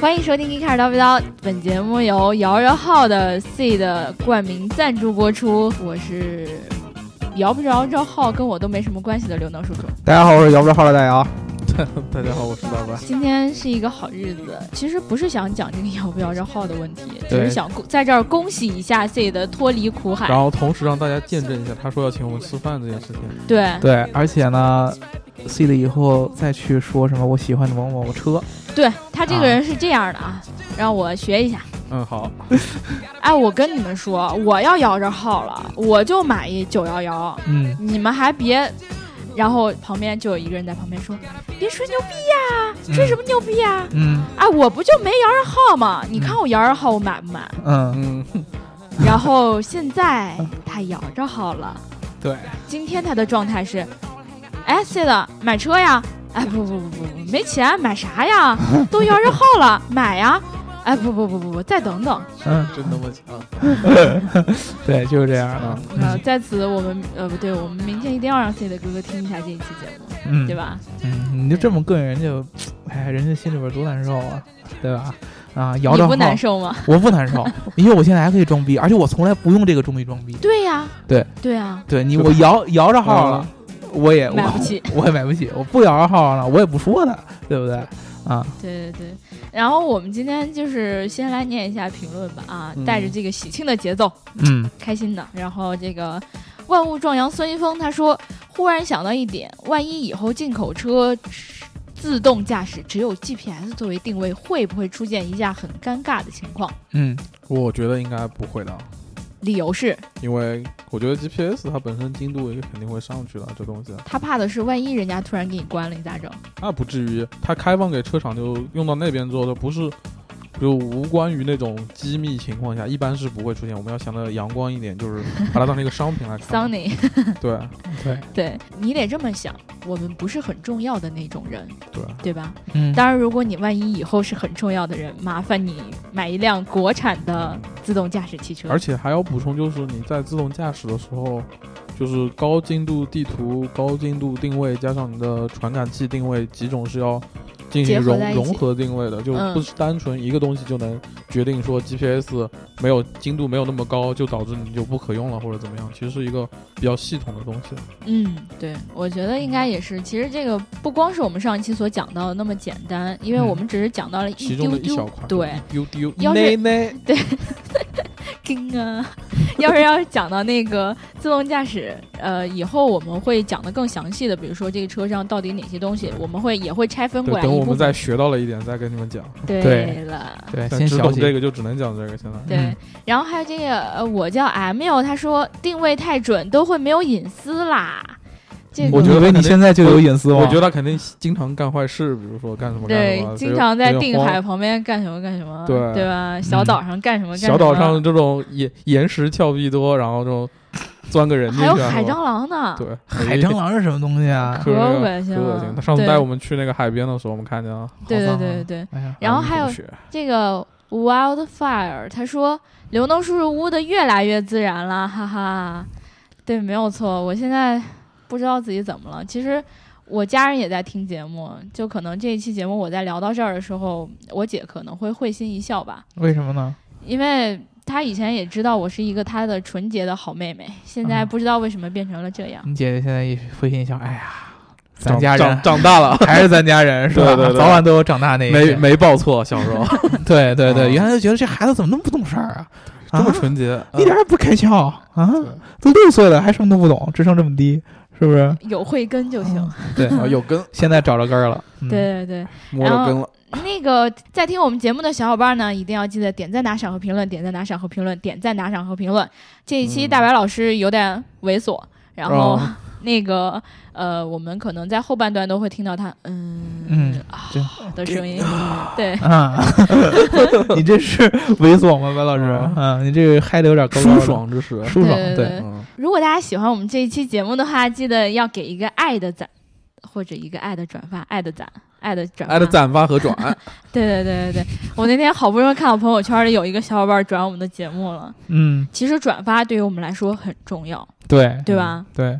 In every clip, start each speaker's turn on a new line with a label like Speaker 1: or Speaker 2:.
Speaker 1: 欢迎收听《一开始叨不叨》，本节目由摇摇号的 C 的冠名赞助播出。我是摇不着这号跟我都没什么关系的刘能叔叔。
Speaker 2: 大家好，我是摇不着号的大姚。
Speaker 3: 大家好，我是大白。
Speaker 1: 今天是一个好日子，其实不是想讲这个摇不摇这号的问题，只
Speaker 3: 对
Speaker 1: 是想恭在这儿恭喜一下 C 的脱离苦海
Speaker 3: 然。后同时让大家见证一下，他说要请我们吃饭这件事情。
Speaker 1: 对
Speaker 2: 对，而且呢，C 的以后再去说什么我喜欢的某某某车，
Speaker 1: 对，他这个人是这样的啊，让我学一下。
Speaker 3: 嗯，好，
Speaker 1: 哎，我跟你们说，我要摇这号了，我就买一九幺幺。
Speaker 2: 嗯，
Speaker 1: 你们还别。然后旁边就有一个人在旁边说：“别吹牛逼呀、吹什么牛逼呀、
Speaker 2: 嗯
Speaker 1: 哎，我不就没摇人号吗？你看我摇人号，我买不 买？
Speaker 2: 嗯，
Speaker 3: 嗯，
Speaker 1: 然后现在他摇着号了。
Speaker 2: 对，
Speaker 1: 今天他的状态是：哎，C 的买车呀？哎，不不不不不，没钱买啥 呀？都摇着号了，买呀？哎，不不不不不，再等等。
Speaker 2: 嗯，
Speaker 3: 真那么强？
Speaker 2: 对，就是这样啊的，
Speaker 1: 呃，在此我们呃不对，我们明天一定要让 C 的哥哥听一下这一期节目，
Speaker 2: 嗯，
Speaker 1: 对？吧？
Speaker 2: 嗯，你就这么膈应人家，哎，人家心里边多难受啊，对吧？啊，摇
Speaker 1: 你
Speaker 2: 着号
Speaker 1: 不，难受吗？
Speaker 2: 我不 难受，因为我现在还可以装逼，而且我从来不用这个装逼装逼。
Speaker 1: 对呀、
Speaker 2: 对
Speaker 1: 对啊呀、
Speaker 2: 对你，
Speaker 3: 对
Speaker 2: 我 摇摇着号了，嗯我也
Speaker 1: 买不起，
Speaker 2: 我我也买不起，我不摇着号了，我也不说他，对不对？啊，
Speaker 1: 对对对。然后我们今天就是先来念一下评论吧啊，
Speaker 3: 嗯
Speaker 1: 带着这个喜庆的节奏，
Speaker 2: 嗯
Speaker 1: 开心的。然后这个万物壮阳孙一峰他说，忽然想到一点，万一以后进口车自动驾驶只有 GPS 作为定位，会不会出现一下很尴尬的情况？
Speaker 2: 嗯
Speaker 3: 我觉得应该不会的，
Speaker 1: 理由是
Speaker 3: 因为我觉得 GPS 它本身精度也肯定会上去的，这东西
Speaker 1: 他怕的是万一人家突然给你关了，你咋整？
Speaker 3: 那不至于，它开放给车厂就用到那边之后，它不是。就无关于那种机密情况下，一般是不会出现。我们要想的阳光一点，就是把它当成一个商品 来看。
Speaker 1: Sony，
Speaker 3: 对
Speaker 2: 对
Speaker 1: 对你得这么想，我们不是很重要的那种人，
Speaker 3: 对，
Speaker 1: 对吧？
Speaker 2: 嗯，
Speaker 1: 当然，如果你万一以后是很重要的 人，麻烦你买一辆国产的自动驾驶汽车。
Speaker 3: 而且还要补充，就是你在自动驾驶的时候，就是高精度地图、高精度定位加上你的传感器定位几种是要进
Speaker 1: 结
Speaker 3: 行
Speaker 1: 合
Speaker 3: 融
Speaker 1: 在一起
Speaker 3: 融合定位的，就
Speaker 1: 嗯
Speaker 3: 不是单纯一个东西就能决定说 GPS 没有精度没有那么高，就导致你就不可用了或者怎么样。其实是一个比较系统的东西。
Speaker 1: 嗯，对，我觉得应该也是。其实这个不光是我们上一期所讲到的那么简单，因为
Speaker 2: 嗯
Speaker 1: 我们只是讲到了
Speaker 3: 其中
Speaker 1: 丢
Speaker 3: 的一
Speaker 1: 丢
Speaker 3: 小块，
Speaker 1: 对，
Speaker 3: 一丢丢，
Speaker 1: 要是
Speaker 3: 奈奈，
Speaker 1: 跟啊， 要是要讲到那个自动驾驶，呃，以后我们会讲的更详细的，比如说这个车上到底哪些东西，我们会也会拆分过
Speaker 3: 对，
Speaker 1: 来。
Speaker 3: 等我
Speaker 1: 一部
Speaker 3: 们
Speaker 1: 分
Speaker 3: 再学到了一点再跟你们讲。
Speaker 1: 对了。
Speaker 2: 对，
Speaker 3: 但
Speaker 2: 先
Speaker 3: 只
Speaker 2: 小
Speaker 3: 懂
Speaker 2: 心
Speaker 3: 这个就只能讲这个，现在。
Speaker 1: 对，
Speaker 2: 嗯
Speaker 1: 然后还有这个，呃，我叫 M L，他说定位太准都会没有隐私啦。这个
Speaker 2: 我觉得你现在就有隐私哦
Speaker 3: 我
Speaker 2: 网，
Speaker 3: 觉得他肯定经常干坏事，比如说干什么干什
Speaker 1: 对
Speaker 3: 么，，
Speaker 1: 经常在
Speaker 3: 这个
Speaker 1: 定
Speaker 3: 荒
Speaker 1: 海旁边干什么干什么，
Speaker 3: 对嗯
Speaker 1: 吧？小岛上干什么干什么？
Speaker 3: 小岛上这种岩岩石峭壁多，然后这种钻个人进
Speaker 1: 还
Speaker 3: 去
Speaker 1: 有
Speaker 3: 啊，
Speaker 1: 海蟑螂呢，
Speaker 3: 对
Speaker 2: 海蟑螂是什么东西啊？
Speaker 3: 可
Speaker 1: 恶心
Speaker 3: 心
Speaker 1: 了
Speaker 3: 恶他上次
Speaker 1: 对
Speaker 3: 带我们去那个海边的时候，我们看见了。
Speaker 1: 对对
Speaker 2: 好脏啊
Speaker 1: 对对对。
Speaker 2: 哎呀，
Speaker 1: 然后还有
Speaker 3: 同学
Speaker 1: 这个 Wildfire，他说刘能叔叔污的越来越自然了，哈哈。对，没有错，我现在不知道自己怎么了。其实我家人也在听节目，就可能这一期节目我在聊到这儿的时候，我姐可能会会心一笑吧，
Speaker 2: 为什么呢？
Speaker 1: 因为她以前也知道我是一个她的纯洁的好妹妹，现在
Speaker 2: 啊
Speaker 1: 不知道为什么变成了这样。
Speaker 2: 你姐姐现在一回心一笑，哎呀，咱
Speaker 3: 长
Speaker 2: 家人
Speaker 3: 长长大了，
Speaker 2: 还是咱家人是吧？
Speaker 3: 对对对
Speaker 2: 早晚都有长大那一
Speaker 3: 没
Speaker 2: 天。
Speaker 3: 没报错，小时候
Speaker 2: 对对对，
Speaker 3: 啊
Speaker 2: 原来就觉得这孩子怎么那么不懂事儿啊？
Speaker 3: 这么
Speaker 2: 啊
Speaker 3: 纯洁，
Speaker 2: 一点儿也不开窍啊！都六岁了还什么都不懂，智商这么低，是不是？
Speaker 1: 有慧根就行。
Speaker 2: 对，
Speaker 3: 啊有根
Speaker 2: 现在找着根儿了。嗯，
Speaker 1: 对对对，
Speaker 3: 摸了根了，
Speaker 1: 那个在听我们节目的小伙伴呢，一定要记得点赞、打赏和评论，点赞、打赏和评论，点赞、打赏和评论。这一期
Speaker 3: 嗯
Speaker 1: 大白老师有点猥琐，然后
Speaker 3: 哦
Speaker 1: 那个呃，我们可能在后半段都会听到他嗯
Speaker 2: 嗯
Speaker 1: 啊
Speaker 2: 这
Speaker 1: 的声音，对。
Speaker 2: 啊，你这是猥琐吗，白老师？啊，你这个嗨的有点高高
Speaker 3: 舒
Speaker 2: 了，
Speaker 3: 爽之时。
Speaker 2: 舒爽，
Speaker 1: 对对对
Speaker 3: 嗯，
Speaker 1: 如果大家喜欢我们这一期节目的话，记得要给一个爱的赞，或者一个爱的转发，爱的赞，爱的转发，
Speaker 3: 爱的赞发和转，
Speaker 1: 对。对对对 对，我那天好不容易看到朋友圈里有一个小伙伴转我们的节目了。
Speaker 2: 嗯，
Speaker 1: 其实转发对于我们来说很重要，
Speaker 2: 对
Speaker 1: 对吧？
Speaker 2: 对，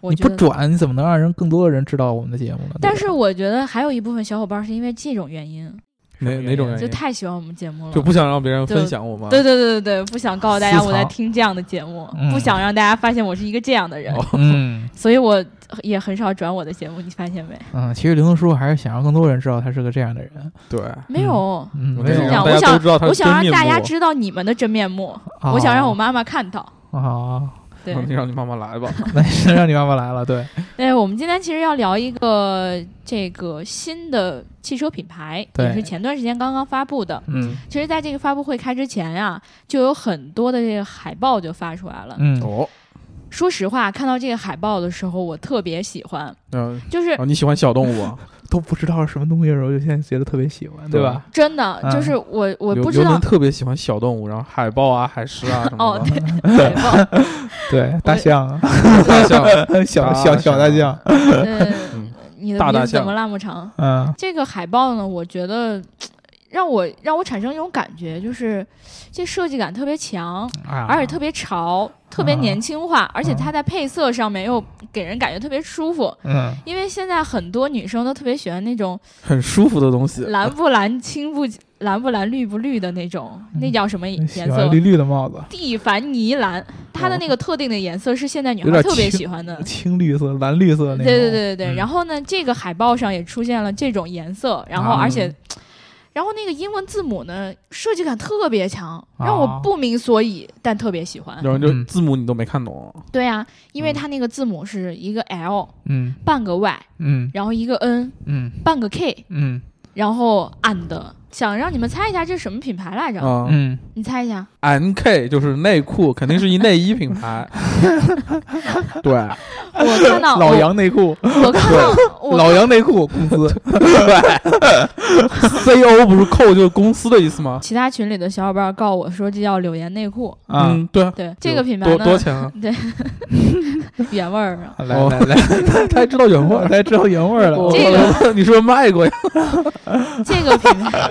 Speaker 1: 我
Speaker 2: 你
Speaker 1: 觉
Speaker 2: 不
Speaker 1: 得。
Speaker 2: 转，你怎么能让人更多的人知道我们的节目呢？对吧
Speaker 1: 但是我觉得还有一部分小伙伴是因为这种原因，
Speaker 2: 什么
Speaker 3: 哪哪种
Speaker 2: 原
Speaker 3: 原
Speaker 2: 因
Speaker 1: 就
Speaker 3: 因？
Speaker 1: 太喜欢我们节目了，
Speaker 3: 哎就不想让别人
Speaker 1: 就
Speaker 3: 分享我吗？
Speaker 1: 对对对对对，不想告诉大家
Speaker 2: 私藏
Speaker 1: 我在听这样的节目，
Speaker 2: 嗯
Speaker 1: 不想让大家发现我是一个这样的人，
Speaker 3: 哦
Speaker 2: 嗯
Speaker 1: 所以我也很少转我的节目，你发现没？
Speaker 2: 嗯，其实刘能叔还是想让更多人知道他是个这样的人。
Speaker 3: 对，
Speaker 1: 没有，
Speaker 2: 嗯，
Speaker 3: 我
Speaker 2: 没
Speaker 1: 跟
Speaker 2: 有
Speaker 1: 你讲
Speaker 3: 让大
Speaker 1: 我
Speaker 3: 家
Speaker 1: 想
Speaker 3: 都知道他
Speaker 1: 我
Speaker 3: 的
Speaker 1: 想让
Speaker 3: 真面
Speaker 1: 大家
Speaker 3: 目
Speaker 1: 知道你们的真面目，
Speaker 2: 啊
Speaker 1: 我想让我妈妈看到。
Speaker 2: 啊，
Speaker 1: 对，
Speaker 3: 你让你妈妈来吧。
Speaker 2: 那是让你妈妈来了，对，
Speaker 1: 对，我们今天其实要聊一个这个新的汽车品牌，
Speaker 2: 对
Speaker 1: 也是前段时间刚刚发布的。
Speaker 2: 嗯
Speaker 1: 其实，在这个发布会开之前啊，就有很多的这个海报就发出来了。
Speaker 2: 嗯
Speaker 3: 哦，
Speaker 1: 说实话，看到这个海报的时候，我特别喜欢，
Speaker 3: 嗯，
Speaker 2: 啊
Speaker 1: 就是
Speaker 3: 哦，你喜欢小动物啊？
Speaker 2: 都不知道是什么东西的时候，就现在觉得特别喜欢，对吧？
Speaker 1: 真的，
Speaker 2: 嗯
Speaker 1: 就是我 我
Speaker 3: 刘
Speaker 1: 不知
Speaker 3: 刘
Speaker 1: 道
Speaker 3: 能特别喜欢小动物，然后海豹啊、海狮啊什么
Speaker 1: 哦，
Speaker 3: 的。
Speaker 1: 对， 海报，
Speaker 2: 对，大象 啊，
Speaker 3: 大象
Speaker 2: 小小小大象，，
Speaker 1: 嗯
Speaker 3: 嗯，
Speaker 1: 你的
Speaker 3: 大大
Speaker 1: 名字怎
Speaker 3: 象
Speaker 1: 么那么长？
Speaker 2: 嗯
Speaker 1: 这个海报呢，我觉得让我让我产生一种感觉，就是这设计感特别强，
Speaker 2: 啊，
Speaker 1: 而且特别潮，特别
Speaker 2: 啊
Speaker 1: 年轻化，而且
Speaker 2: 啊
Speaker 1: 它在配色上面又给人感觉特别舒服。
Speaker 2: 嗯
Speaker 1: 因为现在很多女生都特别喜欢那种
Speaker 3: 很舒服的东
Speaker 2: 呃
Speaker 3: 西。
Speaker 1: 蓝不蓝、青不蓝不蓝、绿不绿的那种，那叫什么颜
Speaker 2: 嗯喜
Speaker 1: 色
Speaker 2: 欢？绿绿的帽子，
Speaker 1: 蒂凡尼蓝，它的那个特定的颜色是现在女
Speaker 2: 哦有
Speaker 1: 孩
Speaker 2: 点
Speaker 1: 特别
Speaker 2: 青
Speaker 1: 喜欢的。
Speaker 2: 青绿色、蓝绿色那种，
Speaker 1: 对对对对对，
Speaker 2: 嗯
Speaker 1: 然后呢，这个海报上也出现了这种颜色，然后
Speaker 2: 啊
Speaker 1: 而且，然后那个英文字母呢，设计感特别强，让我
Speaker 2: 啊
Speaker 1: 不明所以，但特别喜欢。
Speaker 3: 然后就
Speaker 2: 嗯
Speaker 3: 字母你都没看懂，
Speaker 1: 对啊，因为
Speaker 3: 嗯
Speaker 1: 它那个字母是一个 L
Speaker 2: 嗯
Speaker 1: 半个 Y，
Speaker 2: 嗯
Speaker 1: 然后一个 N
Speaker 2: 嗯
Speaker 1: 半个 K，
Speaker 2: 嗯
Speaker 1: 然后 and。想让你们猜一下这是什么品牌来着？
Speaker 3: 啊
Speaker 2: 嗯，
Speaker 1: 你猜一下，
Speaker 3: ，N K 就是内裤，肯定是一内衣品牌。对，
Speaker 1: 哦我看到
Speaker 2: 老杨内裤，
Speaker 1: 我，我看到我
Speaker 2: 老杨内裤公司，
Speaker 3: C O 不是扣就是公司的意思吗？
Speaker 1: 其他群里的小伙伴告我说这叫柳岩内裤。
Speaker 2: 啊，
Speaker 3: 嗯，对啊，
Speaker 1: 对，这个品牌
Speaker 3: 多
Speaker 1: 呢
Speaker 3: 多，少钱啊？
Speaker 1: 原味儿啊。
Speaker 2: 来来来，
Speaker 3: 哦 他还知道原味
Speaker 2: 我
Speaker 3: 儿。
Speaker 2: 才哦知道原味 儿
Speaker 3: 我
Speaker 2: 了，
Speaker 1: 这个
Speaker 3: 你是不是卖过呀？
Speaker 1: 这个品牌，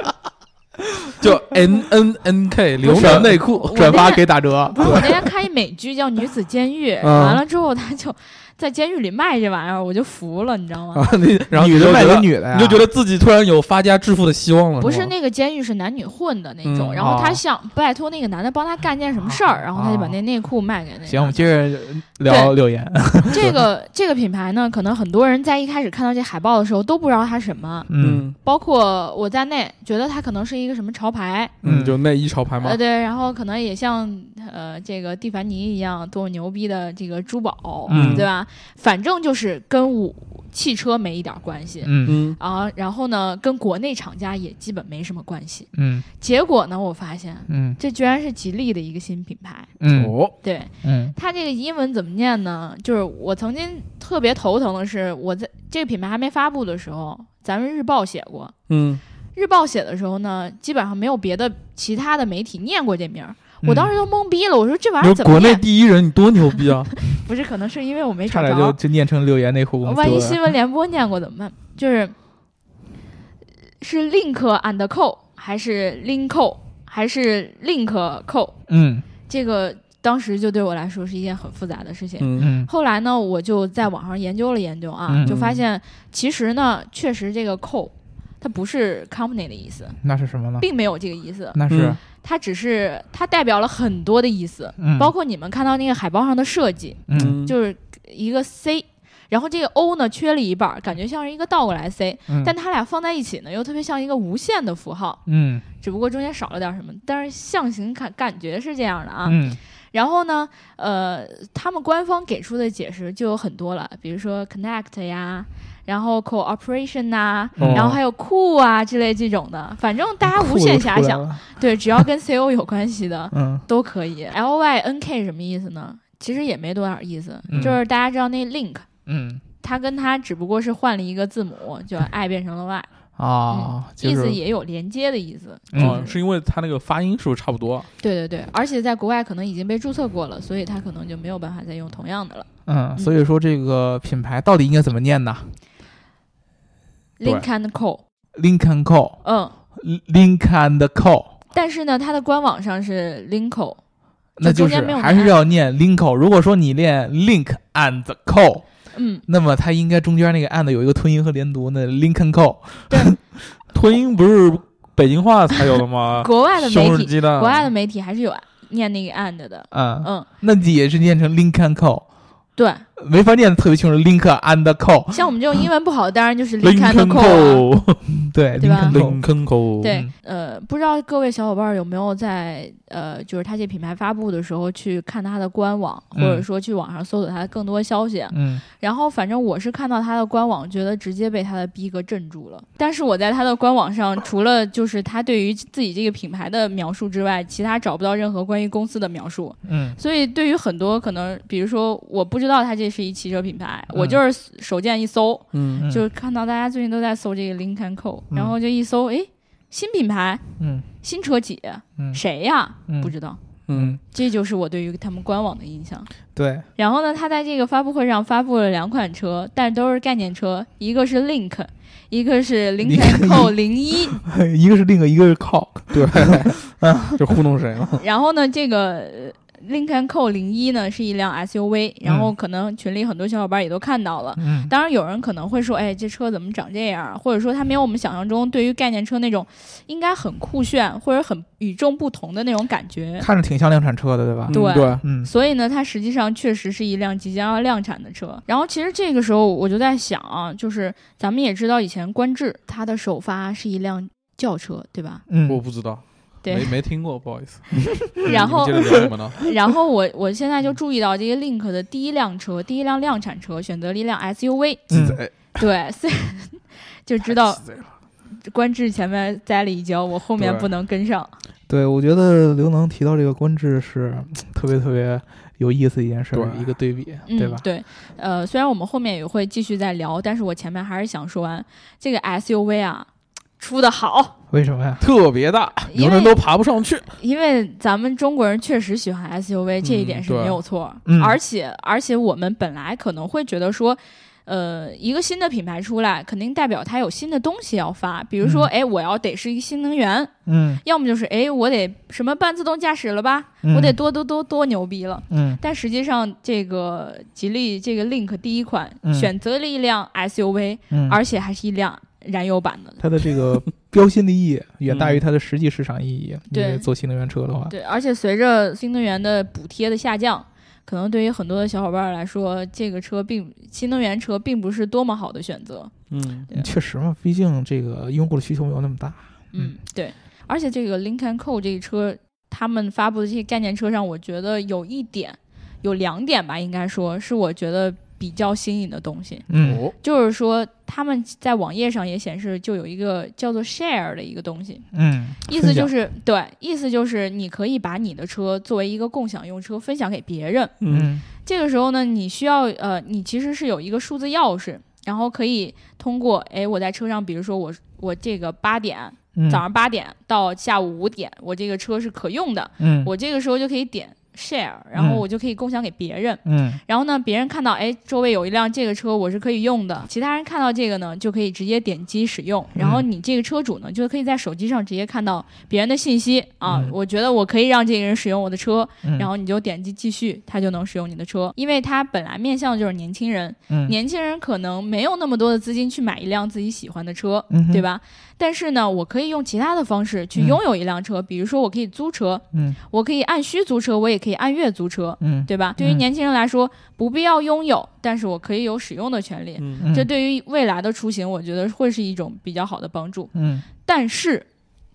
Speaker 3: 就 N N N K 流
Speaker 2: 转
Speaker 3: 氓内裤，
Speaker 2: 转发给打折，
Speaker 1: 不是我那天看一美剧叫《女子监狱》，
Speaker 3: 嗯
Speaker 1: 完了之后他就在监狱里卖这玩意儿，我就服了，你知道吗？
Speaker 3: 啊， 你然后
Speaker 2: 女
Speaker 3: 你就
Speaker 2: 的卖
Speaker 3: 觉
Speaker 2: 给
Speaker 3: 得
Speaker 2: 女的呀，
Speaker 3: 你就觉得自己突然有发家致富的希望了，
Speaker 1: 不
Speaker 3: 是
Speaker 1: 是
Speaker 3: 吗
Speaker 1: 那个监狱是男女混的那种，
Speaker 3: 嗯
Speaker 1: 然后他
Speaker 2: 哦
Speaker 1: 想拜托那个男的帮他干件什么事儿，然后他就把那内裤卖给那个。
Speaker 2: 哦行，我们接着聊柳岩，
Speaker 1: 这个这个品牌呢，可能很多人在一开始看到这海报的时候都不知道它什么，
Speaker 2: 嗯
Speaker 1: 包括我在内，觉得它可能是一个什么潮牌，
Speaker 3: 嗯，就内衣潮牌嘛
Speaker 1: 呃，，对，然后可能也像呃这个蒂凡尼一样多么牛逼的这个珠宝，
Speaker 2: 嗯
Speaker 1: 对吧？反正就是跟我汽车没一点儿关系。
Speaker 2: 嗯
Speaker 3: 嗯，
Speaker 1: 啊，然后呢，跟国内厂家也基本没什么关系。
Speaker 2: 嗯
Speaker 1: 结果呢，我发现
Speaker 2: 嗯
Speaker 1: 这居然是吉利的一个新品牌。
Speaker 2: 嗯
Speaker 3: 哦，
Speaker 1: 对
Speaker 2: 嗯
Speaker 1: 它这个英文怎么念呢？就是我曾经特别头疼的是，我在这个品牌还没发布的时候，咱们日报写过，
Speaker 3: 嗯，
Speaker 1: 日报写的时候呢，基本上没有别的其他的媒体念过这名儿。我当时
Speaker 2: 嗯
Speaker 1: 都懵逼了，我说这玩意
Speaker 3: 你
Speaker 1: 儿
Speaker 3: 说
Speaker 1: 怎
Speaker 3: 国
Speaker 1: 么
Speaker 3: 内
Speaker 1: 念？
Speaker 3: 第一人，你多牛 逼啊！
Speaker 1: 不是，可能是因为我没
Speaker 2: 差
Speaker 1: 找着
Speaker 2: 点。就就念成柳岩内裤公司，
Speaker 1: 万一新闻联播念过怎么办？就是是 link and co 还是 link 还是 link co？
Speaker 2: 嗯
Speaker 1: 这个当时就对我来说是一件很复杂的事情。
Speaker 3: 嗯
Speaker 2: 嗯
Speaker 1: 后来呢，我就在网上研究了研究啊，
Speaker 2: 嗯
Speaker 1: 就发现其实呢，确实这个 co 它不是 company 的意思，
Speaker 2: 那是什么呢？
Speaker 1: 并没有这个意思，
Speaker 2: 那是
Speaker 1: 它只是它代表了很多的意思，
Speaker 2: 嗯，
Speaker 1: 包括你们看到那个海报上的设计，
Speaker 2: 嗯
Speaker 1: 就是一个 C，然后这个 O 呢缺了一半儿，感觉像是一个倒过来 C，
Speaker 2: 嗯
Speaker 1: 但它俩放在一起呢，又特别像一个无限的符号，
Speaker 2: 嗯
Speaker 1: 只不过中间少了点什么，但是象形感感觉是这样的啊。
Speaker 2: 嗯
Speaker 1: 然后呢，呃，他们官方给出的解释就有很多了，比如说 connect 呀，然后 cooperation 呐、
Speaker 2: 哦
Speaker 1: 然后还有 cool 啊之类这种的，反正大家无
Speaker 2: 裤子
Speaker 1: 限
Speaker 2: 出
Speaker 1: 遐
Speaker 2: 来
Speaker 1: 想，
Speaker 2: 了
Speaker 1: 对，只要跟 CO 有关系的，
Speaker 2: 嗯
Speaker 1: 都可以。L Y N K 什么意思呢？其实也没多少意思，
Speaker 2: 嗯
Speaker 1: 就是大家知道那 link，
Speaker 2: 嗯
Speaker 1: 它跟它只不过是换了一个字母，就 i 变成了 y，、
Speaker 2: 啊，就
Speaker 1: 意
Speaker 2: 是
Speaker 1: 思也有连接的意思。
Speaker 2: 嗯
Speaker 1: 就
Speaker 3: 哦，
Speaker 1: 是
Speaker 3: 是因为他那个发音是不是差不多？
Speaker 1: 对对对，而且在国外可能已经被注册过了，所以它可能就没有办法再用同样的了。
Speaker 2: 嗯，所以说这个品牌到底应该怎么念呢
Speaker 1: Link and Co，
Speaker 2: ？Lincoln Co.
Speaker 1: 嗯，
Speaker 2: Lincoln Co.
Speaker 1: 但是呢，它的官网上是 Linko，
Speaker 2: 那就
Speaker 1: 中间没有
Speaker 2: 是还
Speaker 1: 念
Speaker 2: 是要念 Lincoln。如果说你念 Link and Co，
Speaker 1: 嗯，？
Speaker 2: 那么它应该中间那个 and 有一个吞音和连读，那 Lincoln Co.
Speaker 3: 吞音不是北京话才有的吗
Speaker 2: 啊
Speaker 1: 国外的
Speaker 3: 西
Speaker 1: 媒
Speaker 3: 红柿
Speaker 1: 体，
Speaker 3: 鸡蛋，
Speaker 1: 国外的媒体还是有啊念那个 and 的，
Speaker 2: 啊，
Speaker 1: 嗯，
Speaker 2: 那也是念成 Lincoln Co，
Speaker 1: 对，
Speaker 2: 没法念的特别清楚，Lincoln and Co，
Speaker 1: 像我们这种英文不好，当然就是
Speaker 3: 林
Speaker 1: Lincoln
Speaker 3: 肯
Speaker 1: Co 啊
Speaker 3: 口，
Speaker 2: 对
Speaker 1: 对吧
Speaker 2: ，Lincoln Co，
Speaker 3: 林肯口，
Speaker 1: 对
Speaker 2: 嗯，
Speaker 1: 呃，不知道各位小伙伴有没有在呃，就是他这品牌发布的时候去看它的官网，或
Speaker 2: 嗯
Speaker 1: 者说去网上搜索它的更多消息。
Speaker 2: 嗯，
Speaker 1: 然后，反正我是看到它的官网，觉得直接被它的逼格镇住了。但是我在它的官网上，除了就是它对于自己这个品牌的描述之外，其他找不到任何关于公司的描述。
Speaker 2: 嗯，
Speaker 1: 所以，对于很多可能，比如说我不知道它这是一汽车品牌，
Speaker 2: 嗯
Speaker 1: 我就是手贱一搜，
Speaker 3: 嗯，
Speaker 2: 嗯
Speaker 1: 就看到大家最近都在搜这个 Lincoln Co，、
Speaker 2: 嗯
Speaker 1: 然后就一搜，诶，新品牌，
Speaker 2: 嗯
Speaker 1: 新车企，
Speaker 2: 嗯
Speaker 1: 谁呀？
Speaker 2: 嗯，
Speaker 1: 不知道，
Speaker 3: 嗯
Speaker 1: 这就是我对于他们官网的印象。
Speaker 2: 对，
Speaker 1: 然后呢，他在这个发布会上发布了两款车，但都是概念车，一个是 Link，一个是 Lincoln Co 零一。
Speaker 2: 一个是 Link，一个是 Co，
Speaker 3: 对，啊就糊弄谁了？
Speaker 1: 然后呢，这个呃 Lincoln Co 零一呢是一辆 SUV，然后可能群里很多小伙伴也都看到了。
Speaker 2: 嗯
Speaker 1: 当然，有人可能会说：“哎，这车怎么长这样？”啊或者说，它没有我们想象中对于概念车那种应该很酷炫或者很与众不同的那种感觉。
Speaker 2: 看着挺像量产车的，对吧
Speaker 3: 嗯？
Speaker 1: 对
Speaker 3: 对，
Speaker 2: 嗯
Speaker 1: 所以呢，它实际上确实是一辆即将要量产的车。然后其实这个时候我就在想啊，就是咱们也知道以前观致它的首发是一辆轿车，对吧？
Speaker 3: 我
Speaker 2: 嗯
Speaker 3: 不知道，嗯没
Speaker 1: 对。
Speaker 3: 没听过，不好意思。
Speaker 1: 然后
Speaker 3: 你们接着聊你们的，
Speaker 1: 然后我我现在就注意到这个 Link 的第一辆车，第一辆量产车选择了一辆 SUV，
Speaker 2: 嗯
Speaker 3: 鸡贼
Speaker 1: 对，所以 就知道
Speaker 3: 鸡贼了
Speaker 1: 观致前面栽了一跤，我后面
Speaker 3: 对
Speaker 1: 不能跟上。
Speaker 2: 对，我觉得刘能提到这个官制是嗯特别特别有意思的一件事儿，
Speaker 3: 对
Speaker 2: 一个对比，
Speaker 1: 嗯，
Speaker 2: 对吧？
Speaker 1: 对，呃，虽然我们后面也会继续再聊，但是我前面还是想说完这个 SUV 啊，出的好，
Speaker 2: 为什么呀？
Speaker 3: 特别大，
Speaker 1: 因为
Speaker 3: 啊有的人都爬不上去。
Speaker 1: 因为咱们中国人确实喜欢 SUV，这一点是
Speaker 3: 对
Speaker 1: 没有错。
Speaker 2: 嗯
Speaker 1: 而且而且我们本来可能会觉得说。呃，一个新的品牌出来，肯定代表它有新的东西要发，比如说，
Speaker 2: 嗯
Speaker 1: 哎、我要得是一个新能源，
Speaker 2: 嗯，
Speaker 1: 要么就是，哎，我得什么半自动驾驶了吧，我得多多多多牛逼了。
Speaker 2: 嗯
Speaker 1: 但实际上，这个吉利这个 Link 第一款、
Speaker 2: 嗯
Speaker 1: 选择了一辆 SUV，、
Speaker 2: 嗯，
Speaker 1: 而且还是一辆燃油版的。
Speaker 2: 它的 这个标新立异远大于它的实际市场意义。你
Speaker 1: 嗯对
Speaker 2: 做新能源车的 话，
Speaker 1: 对，而且随着新能源的补贴的下降，可能对于很多的小伙伴来说，这个车并新能源车并不是多么好的选择。
Speaker 3: 嗯，
Speaker 1: 对
Speaker 2: 确实嘛，毕竟这个用户的需求没有那么大。
Speaker 1: 嗯，对。而且这个 Lincoln Co 这个车，他们发布的这些概念车上，我觉得有一点，有两点吧，应该说是我觉得比较新颖的东西。
Speaker 2: 嗯
Speaker 3: 哦，
Speaker 1: 就是说，他们在网页上也显示，就有一个叫做 Share 的一个东西，
Speaker 2: 嗯，
Speaker 1: 意思就是对，意思就是你可以把你的车作为一个共享用车分享给别人。
Speaker 3: 嗯，
Speaker 2: 嗯
Speaker 1: 这个时候呢，你需要呃，你其实是有一个数字钥匙，然后可以通过诶，我在车上，比如说我我这个八点
Speaker 2: 嗯，
Speaker 1: 早上八点到下午五点，我这个车是可用的，
Speaker 2: 嗯
Speaker 1: 我这个时候就可以点 Share，然后我就可以共享给别人。
Speaker 2: 嗯
Speaker 1: 然后呢，别人看到哎，周围有一辆这个车，我是可以用的。其他人看到这个呢，就可以直接点击使用。然
Speaker 2: 嗯
Speaker 1: 后你这个车主呢，就可以在手机上直接看到别人的信息啊。
Speaker 2: 嗯
Speaker 1: 我觉得我可以让这个人使用我的车，
Speaker 2: 嗯，
Speaker 1: 然后你就点击继续，他就能使用你的车。因为他本来面向的就是年轻人，
Speaker 2: 嗯
Speaker 1: 年轻人可能没有那么多的资金去买一辆自己喜欢的车，
Speaker 2: 嗯哼
Speaker 1: 对吧？但是呢，我可以用其他的方式去
Speaker 2: 嗯
Speaker 1: 拥有一辆车，比如说我可以租车，
Speaker 2: 嗯
Speaker 1: 我可以按需租车，我也可以按月租车。
Speaker 2: 嗯，
Speaker 1: 对吧？对于
Speaker 2: 嗯
Speaker 1: 年轻人来说，不必要拥有，但是我可以有使用的权利。
Speaker 3: 嗯
Speaker 2: 嗯
Speaker 1: 这对于未来的出行，我觉得会是一种比较好的帮助。
Speaker 2: 嗯
Speaker 1: 但是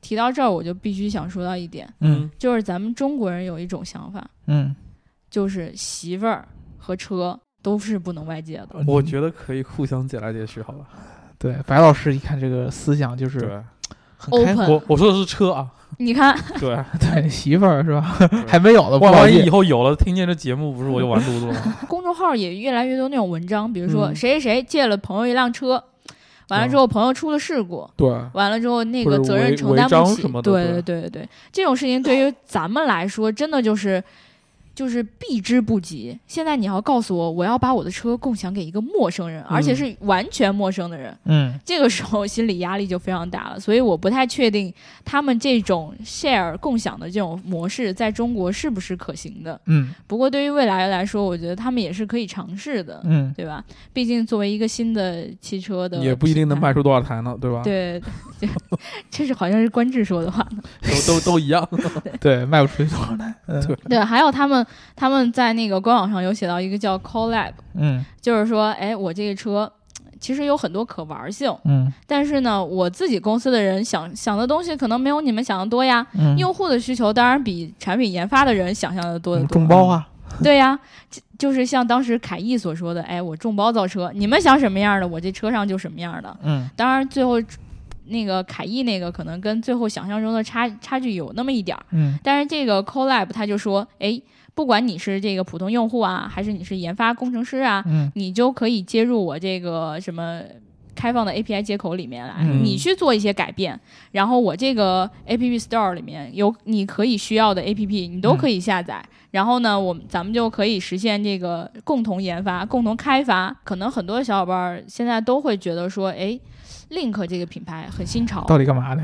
Speaker 1: 提到这儿，我就必须想说到一点，
Speaker 2: 嗯
Speaker 1: 就是咱们中国人有一种想法，
Speaker 2: 嗯，
Speaker 1: 就是媳妇儿和车都是不能外借的。
Speaker 3: 我觉得可以互相解来解去，好吧？
Speaker 2: 对白老师一看这个思想就是
Speaker 3: 对，
Speaker 2: 很开
Speaker 1: Open
Speaker 3: 我我说的是车 啊，
Speaker 1: 你看，
Speaker 3: 对，
Speaker 2: 对媳妇儿是吧？还没有呢，不
Speaker 3: 万
Speaker 2: 好
Speaker 3: 万
Speaker 2: 意
Speaker 3: 一以
Speaker 2: 思。
Speaker 3: 后有了，听见这节目，不是我就完犊子了 吗？
Speaker 1: 公众号也越来越多那种文章，比如说
Speaker 3: 嗯
Speaker 1: 谁谁谁借了朋友一辆车，完了之后朋友出了事故，
Speaker 3: 对，
Speaker 1: 完了之后，那
Speaker 3: 或
Speaker 1: 个
Speaker 3: 者
Speaker 1: 责任
Speaker 3: 违
Speaker 1: 承担
Speaker 3: 违章
Speaker 1: 不起
Speaker 3: 什么。的
Speaker 1: 对
Speaker 3: 对
Speaker 1: 对对 对，这种事情对于咱们来说，真的就是就是避之不及。现在你要告诉我，我要把我的车共享给一个陌生人，而
Speaker 3: 嗯
Speaker 1: 且是完全陌生的人，
Speaker 2: 嗯，
Speaker 1: 这个时候心理压力就非常大了。所以我不太确定他们这种 share 共享的这种模式在中国是不是可行的。
Speaker 2: 嗯
Speaker 1: 不过对于未来来说，我觉得他们也是可以尝试的，
Speaker 2: 嗯，
Speaker 1: 对吧？毕竟作为一个新的汽车的，
Speaker 3: 也不一定能卖。出多少台呢，对 吧？
Speaker 1: 对，对这是好像是官志说的话。
Speaker 3: 都都都一样。
Speaker 2: 对，卖不出去多少台，
Speaker 3: 对
Speaker 2: 嗯
Speaker 1: 对，还有他们他们在那个官网上有写到一个叫 Collab，
Speaker 2: 嗯
Speaker 1: 就是说，哎，我这个车其实有很多可玩性，
Speaker 2: 嗯
Speaker 1: 但是呢，我自己公司的人想想的东西可能没有你们想的多呀。
Speaker 2: 嗯，
Speaker 1: 用户的需求当然比产品研发的人想象的多得多。
Speaker 2: 众包啊，
Speaker 1: 对呀、就就是像当时凯翼所说的，哎，我众包造车，你们想什么样的，我这车上就什么样的。
Speaker 2: 嗯
Speaker 1: 当然，最后那个凯翼那个可能跟最后想象中的差差距有那么一点儿。
Speaker 2: 嗯
Speaker 1: 但是这个 Colab 他就说，哎，不管你是这个普通用户啊，还是你是研发工程师啊，
Speaker 2: 嗯
Speaker 1: 你就可以接入我这个什么。开放的 API 接口里面来，
Speaker 2: 嗯
Speaker 1: 你去做一些改变，然后我这个 APP Store 里面有你可以需要的 APP，你都可以下
Speaker 2: 嗯
Speaker 1: 载。然后呢，我们咱们就可以实现这个共同研发、共同开发。可能很多小伙伴儿现在都会觉得说，哎，Link 这个品牌很新潮，
Speaker 2: 到底 干嘛的？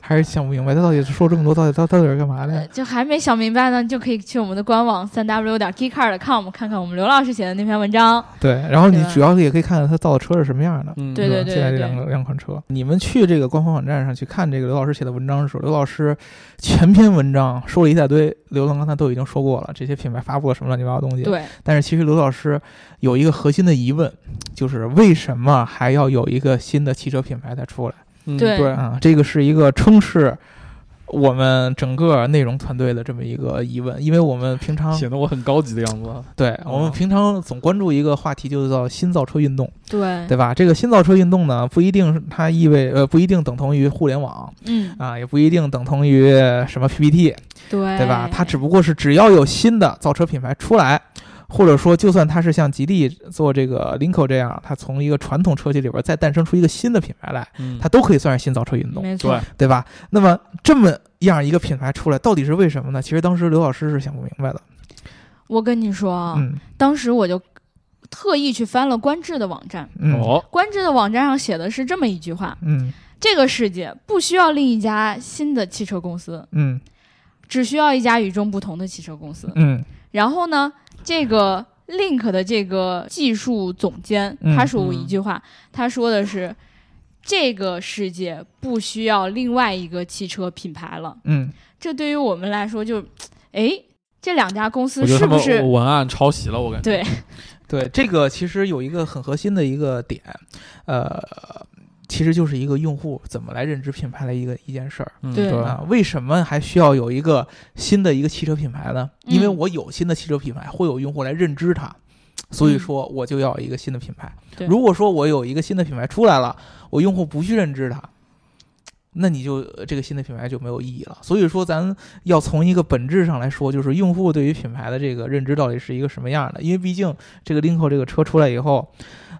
Speaker 2: 还是想不明白，他到底是说这么多，到底他到底是干嘛
Speaker 1: 呃
Speaker 2: 的？
Speaker 1: 就还没想明白呢，就可以去我们的官网三 w 点 keycard 看我们看看我们刘老师写的那篇文章。
Speaker 2: 对，然后你
Speaker 1: 哎对吧
Speaker 2: 主要是也可以看看他造的车是什么样的。
Speaker 3: 嗯，
Speaker 1: 对
Speaker 2: 是吧
Speaker 1: 对
Speaker 2: 现在这
Speaker 1: 对
Speaker 2: 两个两款车，你们去这个官方网站上去看这个刘老师写的文章的时候，刘老师全篇文章说了一大堆，刘能刚才都已经说过了，这些品牌发布了什么乱七八糟东西。
Speaker 1: 对，
Speaker 2: 但是其实刘老师有一个核心的疑问，就是为什么还要有一个新的汽车品牌再出来？
Speaker 3: 嗯
Speaker 1: 对
Speaker 3: 对，
Speaker 2: 啊、这个是一个充斥我们整个内容团队的这么一个疑问，因为我们平常
Speaker 3: 嗯显得我很高级的样子啊。
Speaker 2: 对我们平常总关注一个话题，就叫新造车运动，
Speaker 1: 对，
Speaker 2: 对吧？这个新造车运动呢，不一定是它意味呃不一定等同于互联网
Speaker 1: 嗯，
Speaker 2: 啊，也不一定等同于什么 PPT，
Speaker 1: 对，
Speaker 2: 对吧？它只不过是只要有新的造车品牌出来，或者说就算它是像吉利做这个林口这样，它从一个传统车企里边再诞生出一个新的品牌来，
Speaker 3: 嗯，
Speaker 2: 它都可以算是新造车运动，
Speaker 1: 没错
Speaker 3: 对，，
Speaker 2: 对吧？那么这么样一个品牌出来，到底是为什么呢？其实当时刘老师是想不明白的。
Speaker 1: 我跟你说啊，
Speaker 2: 嗯
Speaker 1: 当时我就特意去翻了官至的网站，
Speaker 2: 嗯
Speaker 3: 哦，
Speaker 1: 官至的网站上写的是这么一句话：
Speaker 2: 嗯
Speaker 1: 这个世界不需要另一家新的汽车公司，
Speaker 2: 嗯
Speaker 1: 只需要一家与众不同的汽车公司。
Speaker 2: 嗯
Speaker 1: 然后呢，这个 Link 的这个技术总监
Speaker 2: 嗯
Speaker 1: 他说过一句话，他说的是。这个世界不需要另外一个汽车品牌了，
Speaker 2: 嗯
Speaker 1: 这对于我们来说就，哎，这两家公司
Speaker 3: 我觉得
Speaker 1: 是
Speaker 3: 他
Speaker 1: 不
Speaker 3: 们
Speaker 1: 是
Speaker 3: 文案抄袭了，我感觉。
Speaker 1: 对
Speaker 2: 对，这个其实有一个很核心的一个点，呃，其实就是一个用户怎么来认知品牌的一个一件事儿。
Speaker 3: 嗯
Speaker 1: 对
Speaker 2: 啊，为什么还需要有一个新的一个汽车品牌呢？
Speaker 1: 嗯
Speaker 2: 因为我有新的汽车品牌，会有用户来认知它，所以说我就要一个新的品牌。
Speaker 1: 嗯对
Speaker 2: 如果说我有一个新的品牌出来了，我用户不去认知它。那你就呃这个新的品牌就没有意义了。所以说，咱要从一个本质上来说，就是用户对于品牌的这个认知到底是一个什么样的？因为毕竟这个 Linko 这个车出来以后，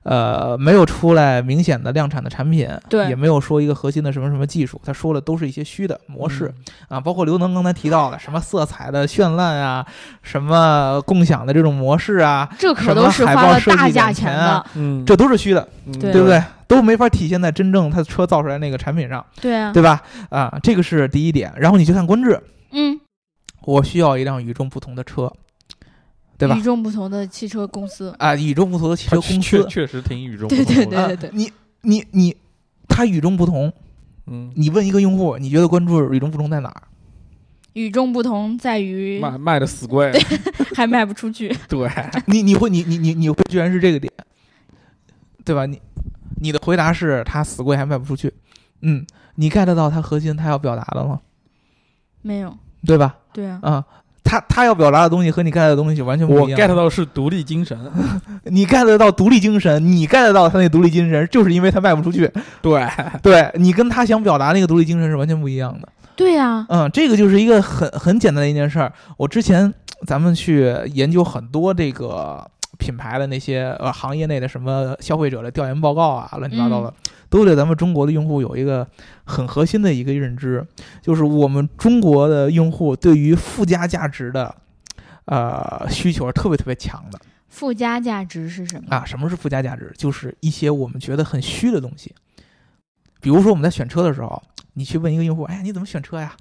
Speaker 2: 呃，没有出来明显的量产的产品，
Speaker 1: 对
Speaker 2: 也没有说一个核心的什么什么技术，他说的都是一些虚的模式、
Speaker 1: 嗯
Speaker 2: 啊，包括刘能刚才 提到的什么色彩的绚烂啊，什么共享的这种模式啊，
Speaker 1: 这可都是花了大价钱的，
Speaker 3: 嗯，
Speaker 2: 这都是虚的，
Speaker 3: 嗯
Speaker 1: 对
Speaker 2: 对不对？都没法体现在真正他车造出来那个产品上，
Speaker 1: 对啊，
Speaker 2: 对吧？啊，这个是第一点。然后你就看观致，
Speaker 1: 嗯，
Speaker 2: 我需要一辆与众不同的车，对吧
Speaker 1: 与？众不同的汽车公司，
Speaker 2: 啊，与众不同的汽车
Speaker 3: 它
Speaker 2: 公
Speaker 3: 确
Speaker 2: 司，
Speaker 3: 确实挺与众不
Speaker 1: 对
Speaker 3: 同的。
Speaker 1: 对对
Speaker 2: 啊你你你，它与众不同。
Speaker 3: 嗯，
Speaker 2: 你问一个用户，你觉得关注与众不同在哪儿？
Speaker 1: 与众不同在于
Speaker 3: 嗯卖卖的死贵，
Speaker 1: 还卖不出去。
Speaker 3: 对，
Speaker 2: 你你会你你你你会居然是这个点，对吧？你你的回答是它死贵还卖不出去，嗯，你 get 到它核心它要表达的吗？
Speaker 1: 没有，
Speaker 2: 对吧？
Speaker 1: 对啊，
Speaker 2: 啊、它它要表达的东西和你 get 的东西完全不
Speaker 3: 我
Speaker 2: 一样。
Speaker 3: get 到是独立精神，
Speaker 2: 你 get 得到独立精神，你 get 得到他那独立精神，就是因为他卖不出去。
Speaker 3: 对，
Speaker 2: 对你跟他想表达那个独立精神是完全不一样的。
Speaker 1: 对啊，
Speaker 2: 嗯，这个就是一个很很简单的一件事儿。我之前咱们去研究很多这个品牌的那些呃行业内的什么消费者的调研报告啊，乱七八糟的，都对咱们中国的用户有一个很核心的一个认知，就是我们中国的用户对于附加价值的呃需求是特别特别强的
Speaker 1: 附加价值是什么？
Speaker 2: 啊。什么是附加价值？就是一些我们觉得很虚的东西，比如说我们在选车的时候，你去问一个用户，哎呀，你怎么选车呀？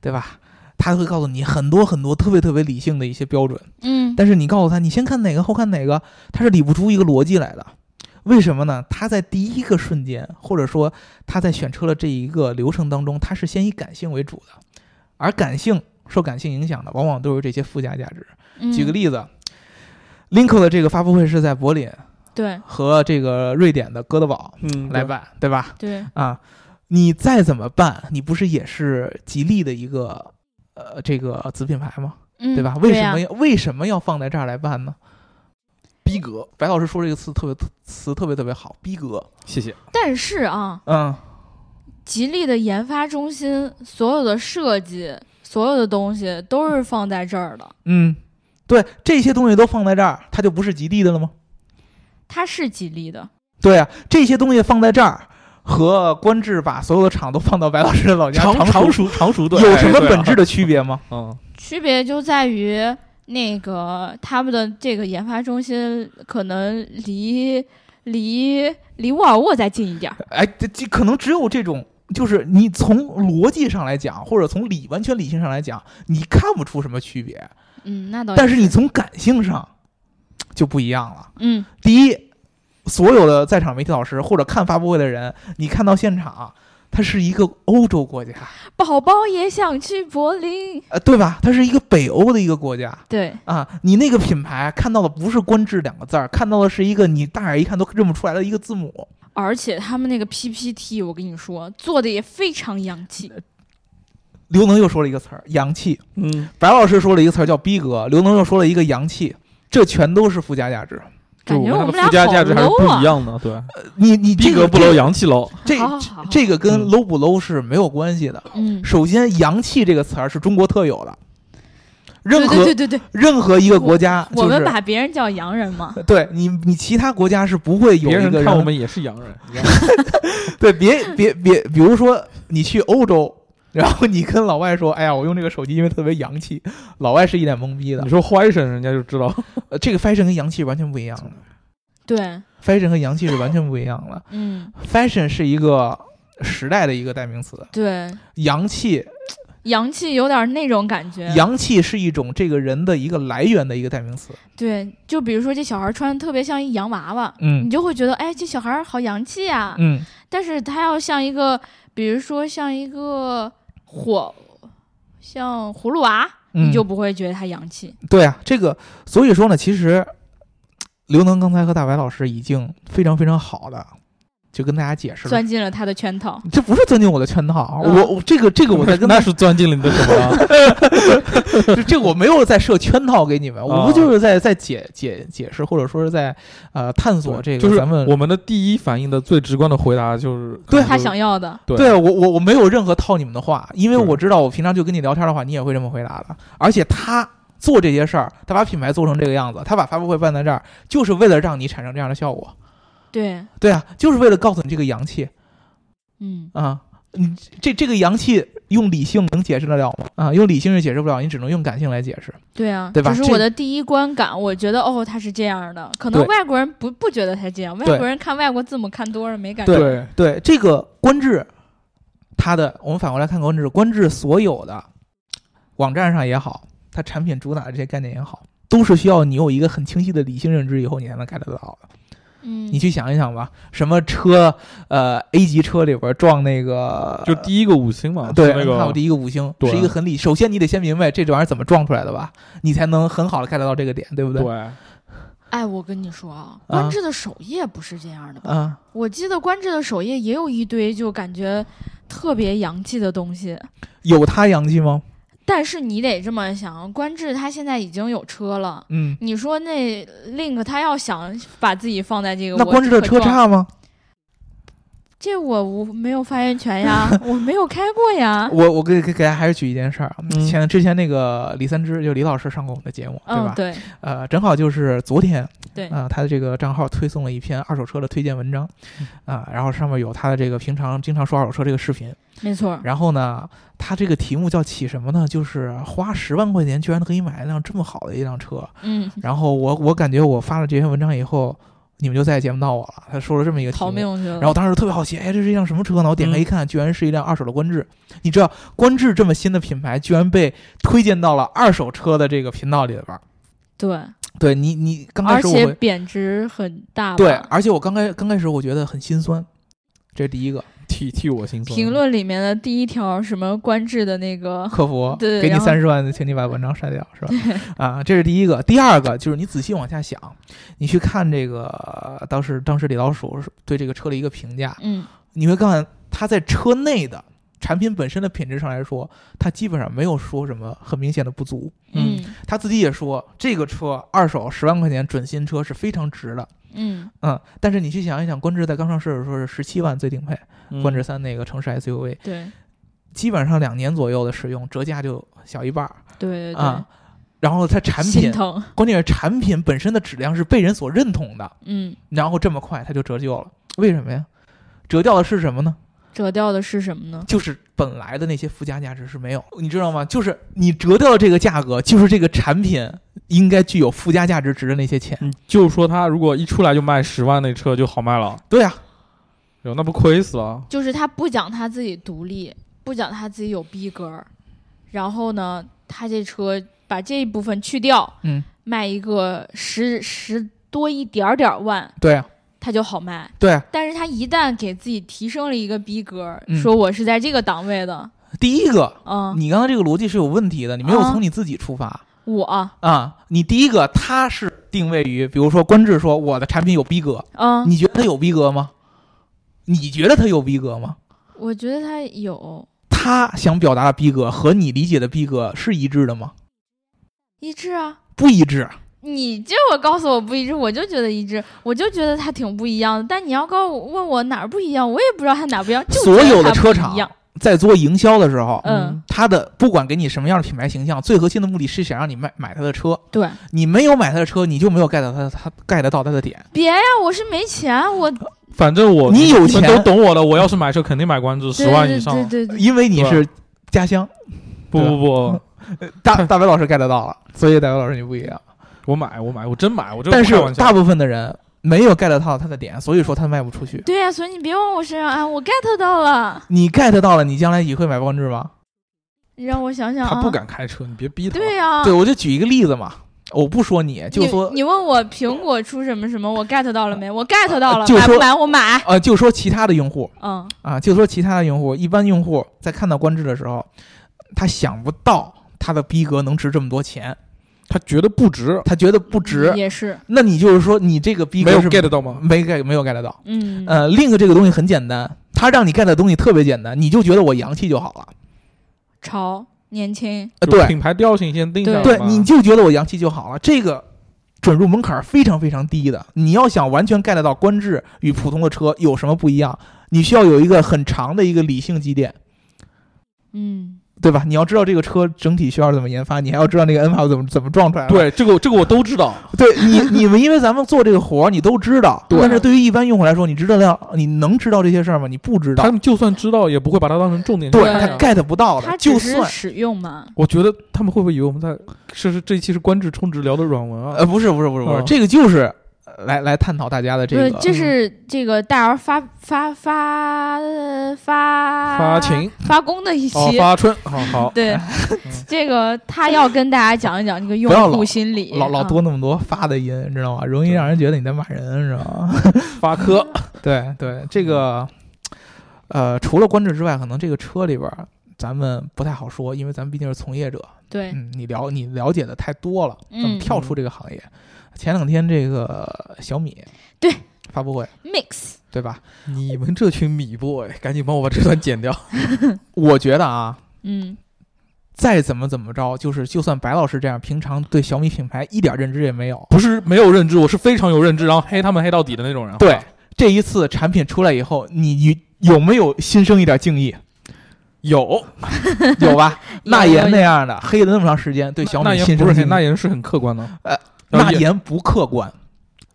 Speaker 2: 对吧？他会告诉你很多很多特别特别理性的一些标准，
Speaker 1: 嗯，
Speaker 2: 但是你告诉他你先看哪个后看哪个，他是理不出一个逻辑来的。为什么呢？他在第一个瞬间，或者说他在选车的这一个流程当中，他是先以感性为主的，而感性受感性影响的，往往都是这些附加价值。举个
Speaker 1: 例，
Speaker 2: 例子、l i n k o 的这个发布会是在柏林
Speaker 1: 对
Speaker 2: 和这个瑞典的哥德堡
Speaker 3: 嗯
Speaker 2: 来办，对吧？
Speaker 1: 对，
Speaker 2: 啊，你再怎么办，你不是也是吉利的一个呃这个子品牌吗？
Speaker 1: 嗯，
Speaker 2: 对吧？为什
Speaker 1: 呀
Speaker 2: 么要、为什么要放在这儿来办呢？逼格，白老师说这个词特别词特别特别好，逼格。
Speaker 3: 谢谢。
Speaker 1: 但是啊，
Speaker 2: 嗯，
Speaker 1: 吉利的研发中心所有的设计，所有的东西都是放在这儿的。
Speaker 2: 嗯，对，这些东西都放在这儿，它就不是吉利的了吗？
Speaker 1: 它是吉利的，
Speaker 2: 对啊，这些东西放在这儿，和官至把所有的厂都放到白老师的老家
Speaker 3: 常
Speaker 2: 常熟
Speaker 3: 熟常熟的
Speaker 2: 有什么本质的区别吗？
Speaker 3: 嗯，
Speaker 1: 区别就在于那个他们的这个研发中心可能离离离沃尔沃再近一点儿。
Speaker 2: 哎，这这可能只有这种，就是你从逻辑上来讲，或者从理完全理性上来讲，你看不出什么区别，
Speaker 1: 嗯，那倒也
Speaker 2: 但是你从感性上就不一样了。
Speaker 1: 嗯
Speaker 2: 第一，所有的在场媒体老师或者看发布会的人，你看到现场，它是一个欧洲国家，
Speaker 1: 宝宝也想去柏林。
Speaker 2: 呃，对吧？它是一个北欧的一个国家
Speaker 1: 对，
Speaker 2: 啊。你那个品牌看到的不是“官至”两个字儿，看到的是一个你大眼一看都认不出来的一个字母。
Speaker 1: 而且他们那个 PPT，我跟你说，做的也非常洋气。
Speaker 2: 刘能又说了一个词儿“洋气”，
Speaker 3: 嗯，
Speaker 2: 白老师说了一个词儿叫“逼格”，刘能又说了一个“洋气”，这全都是附加价值。
Speaker 3: 就
Speaker 1: 感觉
Speaker 3: 我
Speaker 1: 我们
Speaker 3: 们
Speaker 1: 俩
Speaker 3: 附加价值还是
Speaker 1: 好 low
Speaker 3: 不
Speaker 1: 啊
Speaker 3: 一样的， 对，
Speaker 2: 呃你你
Speaker 3: 逼
Speaker 2: 这
Speaker 3: 格
Speaker 2: 个
Speaker 3: 不 low，洋气 low。
Speaker 2: 这
Speaker 1: 好好好好
Speaker 2: 这个跟
Speaker 3: 嗯
Speaker 2: low 不 low 是没有关系的。
Speaker 1: 嗯，
Speaker 2: 首先，“洋气”这个词儿是中国特有的，任
Speaker 1: 对
Speaker 2: 何
Speaker 1: 对对对对，
Speaker 2: 任何一个国家、 就是，
Speaker 1: 我们把别人叫洋人 嘛。
Speaker 2: 对你你其他国家是不会有
Speaker 3: 别
Speaker 2: 一
Speaker 3: 人
Speaker 2: 个
Speaker 3: 看我们也是 洋人，你知道吗
Speaker 2: 对别别别，比如说你去欧洲。然后你跟老外说：“哎呀，我用这个手机因为特别洋气。”老外是一脸懵逼的
Speaker 3: 你。说坏神，人家就知 道。
Speaker 2: 呃这个 fashion 跟洋气是完全不一样的
Speaker 1: 对，
Speaker 2: ，fashion 和洋气是完全不一样的。
Speaker 1: 嗯，
Speaker 2: fashion 是一个时代的一个代名词，
Speaker 1: 对，
Speaker 2: 洋气
Speaker 1: 洋气有点那种感觉。
Speaker 2: 洋气是一种这个人的一个来源的一个代名词。
Speaker 1: 对，就比如说这小孩穿得特别像一洋娃娃，你
Speaker 2: 嗯
Speaker 1: 就会觉得，哎，这小孩好洋气啊。
Speaker 2: 嗯，
Speaker 1: 但是他要像一个，比如说像一个火，像葫芦娃，
Speaker 2: 嗯
Speaker 1: 你就不会觉得他洋气。
Speaker 2: 对啊，这个所以说呢，其实刘能刚才和大白老师已经非常非常好的就跟大家解释了，
Speaker 1: 钻进了他的圈套。
Speaker 2: 这不是钻进我的圈套啊，
Speaker 1: 嗯
Speaker 2: 我我这个这个我 在跟
Speaker 3: 那是钻进了你的什
Speaker 2: 啊
Speaker 3: 么？
Speaker 2: 这这个我没有在设圈套给你们，我不
Speaker 3: 啊
Speaker 2: 就是在在解解解释或者说是在呃探索这个
Speaker 3: 就是
Speaker 2: 咱们
Speaker 3: 我们的第一反应的最直观的回答就是，
Speaker 2: 对
Speaker 1: 他想要的，
Speaker 3: 对
Speaker 2: 对我我我没有任何套你们的话，因为
Speaker 3: 对
Speaker 2: 我知道我平常就跟你聊天的话，你也会这么回答的。而且他做这些事儿，他把品牌做成这个样子，他把发布会办在这儿，就是为了让你产生这样的效果。
Speaker 1: 对，
Speaker 2: 对啊，就是为了告诉你这个洋气
Speaker 1: 嗯，
Speaker 2: 啊，你这这个洋气用理性能解释得了吗？啊，用理性是解释不了，你只能用感性来解释。
Speaker 1: 对啊，
Speaker 2: 对吧
Speaker 1: 只
Speaker 2: 这
Speaker 1: 是我的第一观感，我觉得哦，他是这样的，可能
Speaker 2: 对
Speaker 1: 外国人不不觉得他这样，外
Speaker 2: 对
Speaker 1: 国人看外国字母看多了没感觉。
Speaker 3: 对，
Speaker 2: 对这个官至，它的我们反过来看官至，官至所有的网站上也好，它产品主打的这些概念也好，都是需要你有一个很清晰的理性认知以后，你才能 get 得到的。
Speaker 1: 嗯，
Speaker 2: 你去想一想吧，什么车，呃，A 级车里边撞那个，
Speaker 3: 就第一个五星嘛，
Speaker 2: 对，
Speaker 3: 是那
Speaker 2: 看我
Speaker 3: 个
Speaker 2: 第一个五星，
Speaker 3: 对
Speaker 2: 是一个很理。首先你得先明白这玩意儿怎么撞出来的吧，你才能很好的 get 到这个点，对不对？
Speaker 3: 对，
Speaker 1: 哎，我跟你说啊，
Speaker 2: 啊
Speaker 1: 官至的首页不是这样的吧？
Speaker 2: 啊，
Speaker 1: 我记得官至的首页也有一堆就感觉特别洋气的东西，
Speaker 2: 有它洋气吗？
Speaker 1: 但是你得这么想，官至他现在已经有车了。
Speaker 2: 嗯，
Speaker 1: 你说那 Link 他要想把自己放在这个，
Speaker 2: 那
Speaker 1: 我
Speaker 2: 观致的
Speaker 1: 可
Speaker 2: 车
Speaker 1: 撞
Speaker 2: 差吗？
Speaker 1: 这我无没有发言权 呀，我没有开过呀。
Speaker 2: 我我给给给大家还是举一件事儿啊，
Speaker 3: 嗯
Speaker 2: 前之前那个李三枝就李老师上过我们的节目，对
Speaker 1: 嗯
Speaker 2: 吧，？
Speaker 1: 对，
Speaker 2: 呃，正好就是昨天，
Speaker 1: 对
Speaker 2: 啊、他的这个账号推送了一篇二手车的推荐文章，
Speaker 1: 嗯
Speaker 2: 啊、然后上面有他的这个平常经常说二手车这个视频，
Speaker 1: 没错儿。
Speaker 2: 然后呢，他这个题目叫起什么呢？就是花十万块钱居然可以买一辆这么好的一辆车，
Speaker 1: 嗯，
Speaker 2: 然后我我感觉我发了这篇文章以后，你们就再也见不到我了。他说了这么一个题
Speaker 1: 逃
Speaker 2: 目。
Speaker 1: 命去了。
Speaker 2: 然后当时特别好奇，哎，这是一辆什么车呢？我点开一
Speaker 1: 嗯
Speaker 2: 看，居然是一辆二手的观致。你知道观致这么新的品牌，居然被推荐到了二手车的这个频道里边儿。
Speaker 1: 对，
Speaker 2: 对你，你刚开
Speaker 1: 而
Speaker 2: 始我
Speaker 1: 且啊
Speaker 2: 会
Speaker 1: 贬值很大吧。
Speaker 2: 对，啊而且我刚开刚开始我觉得很心酸，这是第 一个
Speaker 3: 替替我心酸。
Speaker 1: 评论里面的第一条什么官制的那个，
Speaker 2: 客服
Speaker 1: 对
Speaker 2: 给你
Speaker 1: 然后
Speaker 2: 三十万，请你把文章删掉，是吧？ 啊，这是第一个。第二个就是你仔细往下想，你去看这个呃当时当时李老鼠是对这个车的一个评价，
Speaker 1: 嗯，
Speaker 2: 你会看它在车内的产品本身的品质上来说，它基本上没有说什么很明显的不足。
Speaker 1: 嗯
Speaker 2: 他自己也说，这个车二手十万块钱准新车是非常值的。
Speaker 1: 嗯
Speaker 2: 嗯，但是你去想一想，观致在刚上市的时候是十七万最顶配，
Speaker 3: 嗯
Speaker 2: 观致三那个城市 SUV，
Speaker 1: 对
Speaker 2: 基本上两年左右的使用，折价就小一半儿
Speaker 1: 对对
Speaker 2: 啊
Speaker 1: 对，。
Speaker 2: 然后它产
Speaker 1: 心
Speaker 2: 品，
Speaker 1: 疼，
Speaker 2: 关键是产品本身的质量是被人所认同的，
Speaker 1: 嗯，
Speaker 2: 然后这么快它就折旧了，为什么呀？折掉的是什么呢？
Speaker 1: 折掉的是什么呢？
Speaker 2: 就是本来的那些附加价值是没有，你知道吗？就是你折掉的这个价格，就是这个产品应该具有附加价值值的那些钱。
Speaker 3: 你嗯就说他如果一出来就卖十万，那车就好卖了，
Speaker 2: 对啊，
Speaker 3: 哟那不亏死了？
Speaker 1: 就是他不讲他自己独立，不讲他自己有逼格儿，然后呢，他这车把这一部分去掉，
Speaker 2: 嗯，
Speaker 1: 卖一个十十多一点儿点儿万，
Speaker 2: 对啊，
Speaker 1: 他就好卖。
Speaker 2: 对啊。
Speaker 1: 但是他一旦给自己提升了一个逼格儿，
Speaker 2: 嗯
Speaker 1: 说我是在这个档位的，
Speaker 2: 第一个，
Speaker 1: 嗯，
Speaker 2: 你刚才这个逻辑是有问题的，你没有
Speaker 1: 啊
Speaker 2: 从你自己出发啊
Speaker 1: 我，
Speaker 2: 你第一个，它是定位于，比如说官至说我的产品有逼格，
Speaker 1: 嗯，
Speaker 2: 你觉得它有逼格吗？你觉得它有逼格吗？
Speaker 1: 我觉得他有
Speaker 2: 他想表达的逼格和你理解的逼格是一致的吗？
Speaker 1: 一致啊。
Speaker 2: 不一致。
Speaker 1: 你这我告诉我不一致，我就觉得一致，我就觉得它挺不一样的。但你要告诉我问我哪儿不一样，我也不知道它哪儿不一样。就
Speaker 2: 所
Speaker 1: 觉得
Speaker 2: 有
Speaker 1: 它
Speaker 2: 的
Speaker 1: 不
Speaker 2: 车厂
Speaker 1: 一样，
Speaker 2: 在做营销的时候，
Speaker 1: 嗯，
Speaker 2: 它的不管给你什么样的品牌形象，最核心的目的是想让你买买它的车。
Speaker 1: 对，
Speaker 2: 你没有买它的车，你就没有 get 到它它 get 到它的点。
Speaker 1: 别呀，我是没钱，我
Speaker 3: 反正我
Speaker 2: 你有
Speaker 3: 们
Speaker 2: 钱
Speaker 3: 都懂我的，我要是买车肯定买观致
Speaker 1: 对
Speaker 3: 十万以上。
Speaker 1: 对对对对，
Speaker 2: 因为你是家乡，
Speaker 3: 不不不，
Speaker 2: 大大白老师 get 到了，所以大白老师你不一样。
Speaker 3: 我买我买我真买，我这个
Speaker 2: 但
Speaker 3: 不
Speaker 2: 是
Speaker 3: 开玩笑
Speaker 2: 大部分的人没有 get 到它的点，所以说它卖不出去。
Speaker 1: 对呀、所以你别往我身上安，我 get 到了。
Speaker 2: 你 get 到了，你将来也会买观致吗？
Speaker 1: 你让我想想啊，
Speaker 3: 他不。敢开车，你别逼他。
Speaker 1: 对呀、
Speaker 2: 对，我就举一个例子嘛，我不说你，就说
Speaker 1: 啊
Speaker 2: 啊
Speaker 1: 你你问我苹果出什么什么，我 get 到了没？我 get 到了，
Speaker 2: 就
Speaker 1: 买不
Speaker 2: 说
Speaker 1: 买？我买。
Speaker 2: 呃，就说其他的用户，
Speaker 1: 嗯，
Speaker 2: 啊，就说其他的用户，一般用户在看到官至的时候，他想不到他的逼格能值这么多钱，
Speaker 3: 他觉得不值，
Speaker 2: 他觉得不值。
Speaker 1: 嗯也是，
Speaker 2: 那你就是说，你这个逼格
Speaker 3: 没有
Speaker 2: 是
Speaker 3: get 到吗？
Speaker 2: 没 get 没有 get 到。
Speaker 1: 嗯，
Speaker 2: 呃，link 这个东西很简单，它让你 get 的东西特别简单，你就觉得我洋气就好了。
Speaker 1: 潮年轻，
Speaker 2: 呃、
Speaker 3: 就
Speaker 2: 对
Speaker 3: 品牌调性先定下来
Speaker 2: 对，
Speaker 3: 嘛
Speaker 2: 你就觉得我洋气就好了。这个准入门槛儿非常非常低的，你要想完全 get 到官至与普通的车有什么不一样，你需要有一个很长的一个理性积淀。
Speaker 1: 嗯，
Speaker 2: 对吧？你要知道这个车整体需要怎么研发，你还要知道那个 N 号怎么怎么撞出来的。
Speaker 3: 对这个这个我都知道。
Speaker 2: 对，你 你们因为咱们做这个活儿，你都知道。
Speaker 1: 对
Speaker 2: 但是对于一般用户来说，你知道了，你能知道这些事儿吗？你不知道
Speaker 3: 他。们就算知道，也不会把它当成重点去
Speaker 2: 对
Speaker 1: 对
Speaker 2: 他
Speaker 3: 看。
Speaker 2: get 不到
Speaker 1: 它
Speaker 2: 的，
Speaker 1: 只
Speaker 2: 就是算
Speaker 1: 使用嘛，
Speaker 3: 我觉得他们会不会以为我们在是是这一期是官至充值聊的软文啊？
Speaker 2: 呃不是不是不是不是，
Speaker 3: 嗯
Speaker 2: 这个就是呃来来探讨大家的这
Speaker 1: 不
Speaker 2: 个嗯
Speaker 1: 是，这是这个大姚发发发呃发
Speaker 3: 发情
Speaker 1: 发功的一期。
Speaker 3: 哦，发春，好 好，
Speaker 1: 对，这个他要跟大家讲一讲这个
Speaker 2: 嗯不要
Speaker 1: 用
Speaker 2: 老
Speaker 1: 户心理。
Speaker 2: 老老
Speaker 1: 嗯
Speaker 2: 多那么多发的音，你知道吗？容易让人觉得你在骂人，你知道吗？
Speaker 3: 发科，
Speaker 2: 对对，这个呃，除了观致之外，可能这个车里边儿咱们不太好说，因为咱们毕竟是从业者，
Speaker 1: 对，
Speaker 2: 嗯，你了你了解的太多了，咱
Speaker 1: 嗯
Speaker 2: 们跳出这个行业。前两天这个小米
Speaker 1: 对
Speaker 2: 发布会
Speaker 1: mix
Speaker 2: 对吧？
Speaker 3: 你们这群米 boy，赶紧帮我把这段剪掉。
Speaker 2: 我觉得啊，
Speaker 1: 嗯
Speaker 2: 再怎么怎么着，就是就算白老师这样平常对小米品牌一点认知也没有，
Speaker 3: 不是没有认知，我是非常有认知，然后黑他们黑到底的那种人。
Speaker 2: 对这一次产品出来以后，你你有没有心生一点敬意？
Speaker 3: 有，
Speaker 2: 有吧？
Speaker 1: 有
Speaker 2: 那
Speaker 1: 有
Speaker 2: 言那样的黑了那么长时间，对小
Speaker 3: 那
Speaker 2: 米
Speaker 3: 也
Speaker 2: 心
Speaker 3: 不
Speaker 2: 生
Speaker 3: 是很，
Speaker 2: 敬
Speaker 3: 那
Speaker 2: 意。
Speaker 3: 也是很客观的。
Speaker 2: 呃
Speaker 3: 然后
Speaker 2: 那
Speaker 3: 也，
Speaker 2: 言不客观，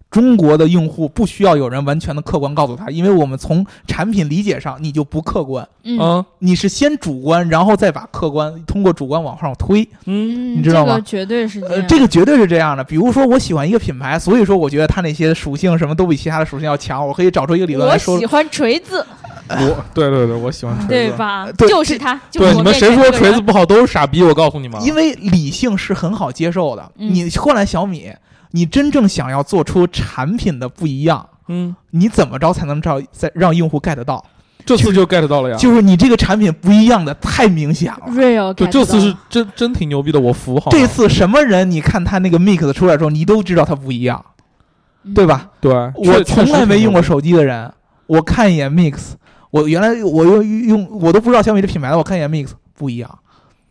Speaker 2: 中国的用户不需要有人完全的客观告诉他，因为我们从产品理解上你就不客观，
Speaker 1: 嗯
Speaker 3: 嗯
Speaker 2: 你是先主观，然后再把客观通过主观往上推。
Speaker 3: 嗯，
Speaker 1: 嗯，
Speaker 2: 你知道吗
Speaker 1: 这个绝对是
Speaker 2: 呃，
Speaker 1: 样
Speaker 2: 这个绝对是这样的。比如说，我喜欢一个品牌，所以说我觉得它那些属性什么都比其他的属性要强，我可以找出一个理论
Speaker 1: 我
Speaker 2: 来说
Speaker 1: 喜。欢锤子，
Speaker 3: 我对对对，我喜欢
Speaker 1: 嗯
Speaker 3: 锤子。
Speaker 1: 对吧？
Speaker 2: 对
Speaker 1: 就是他，就是
Speaker 3: 对，
Speaker 1: 我
Speaker 3: 你们谁
Speaker 1: 面前这
Speaker 3: 说
Speaker 1: 个
Speaker 3: 锤
Speaker 1: 人
Speaker 3: 子不好都是傻逼，我告诉你们。啊
Speaker 2: 因为理性是很好接受的。
Speaker 1: 嗯
Speaker 2: 你换来小米，你真正想要做出产品的不一样，
Speaker 3: 嗯，
Speaker 2: 你怎么着才能让在让用户 get 到？
Speaker 3: 这次就 get 到了呀。
Speaker 2: 就是你这个产品不一样的太明显了。
Speaker 1: real？
Speaker 3: 啊对，
Speaker 1: get
Speaker 3: 这次
Speaker 1: 到
Speaker 3: 是
Speaker 1: 了
Speaker 3: 真真挺牛逼的，我服好吗。
Speaker 2: 这次什么人，你看他那个 mix 出来之后，你都知道他不一样，对？吧？
Speaker 1: 嗯
Speaker 3: 对，
Speaker 2: 我
Speaker 3: 确
Speaker 2: 从来没用过。
Speaker 3: 确实挺牛
Speaker 2: 手机的人，我看一眼 mix，我原来我用用我都不知道小米这品牌的，我看一眼 mix 不一样，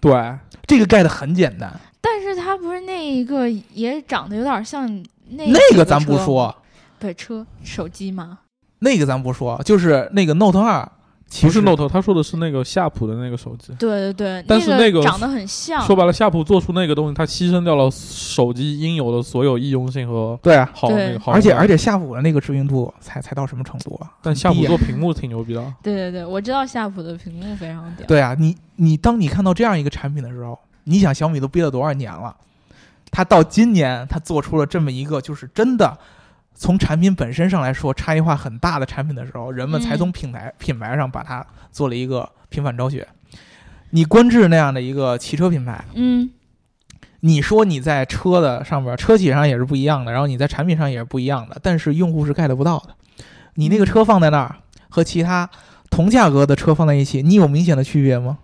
Speaker 3: 逼对，
Speaker 2: 这个 get 很简单，
Speaker 1: 但是他不是那一个也长得有点像那
Speaker 2: 那
Speaker 1: 个
Speaker 2: 个咱不
Speaker 1: 车
Speaker 2: 说，
Speaker 1: 对车手机嘛，
Speaker 2: 那个咱不说，就是那个 Note 二，其
Speaker 3: 不
Speaker 2: 实
Speaker 3: 是 Note，他说的是那个夏普的那个手机。
Speaker 1: 对对对，
Speaker 3: 但是那
Speaker 1: 个
Speaker 3: 个
Speaker 1: 长得很像，
Speaker 2: 嗯
Speaker 3: 说白了，夏普做出那个东西，它牺牲掉了手机应有的所有易用性和
Speaker 2: 对啊，
Speaker 3: 好
Speaker 1: 对
Speaker 3: 那个好。
Speaker 2: 而且而且夏普的那个知名度才才到什么程度啊？
Speaker 3: 但夏普
Speaker 2: 低啊
Speaker 3: 做屏幕挺牛逼的，
Speaker 1: 对对对，我知道夏普的屏幕非常屌，
Speaker 2: 对啊，你你当你看到这样一个产品的时候，你想小米都憋了多少年了？它到今年，它做出了这么一个，就是真的从产品本身上来说差异化很大的产品的时候，人们才
Speaker 1: 嗯
Speaker 2: 从品牌、品牌上把它做了一个平反昭雪。你观致那样的一个汽车品牌，
Speaker 1: 嗯
Speaker 2: 你说你在车的上边，车企上也是不一样的，然后你在产品上也是不一样的，但是用户是 get 不到的。你那个车放在那儿和其他同价格的车放在一起，你有明显的区别吗？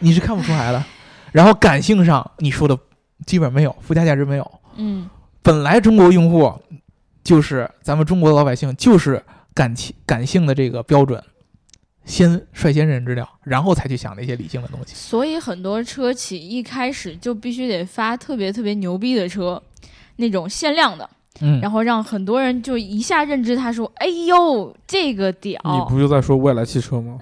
Speaker 2: 你是看不出来的。然后感性上你说的基本没有附加价值没有。
Speaker 1: 嗯，
Speaker 2: 本来中国用户就是咱们中国老百姓就是感情感性的这个标准，先率先认知掉，然后才去想那些理性的东西。
Speaker 1: 所以很多车企一开始就必须得发特别特别牛逼的车，那种限量的，
Speaker 2: 嗯，
Speaker 1: 然后让很多人就一下认知，他说：“哎呦，这个屌
Speaker 2: 哦
Speaker 3: 你！”不就在说未来汽车吗？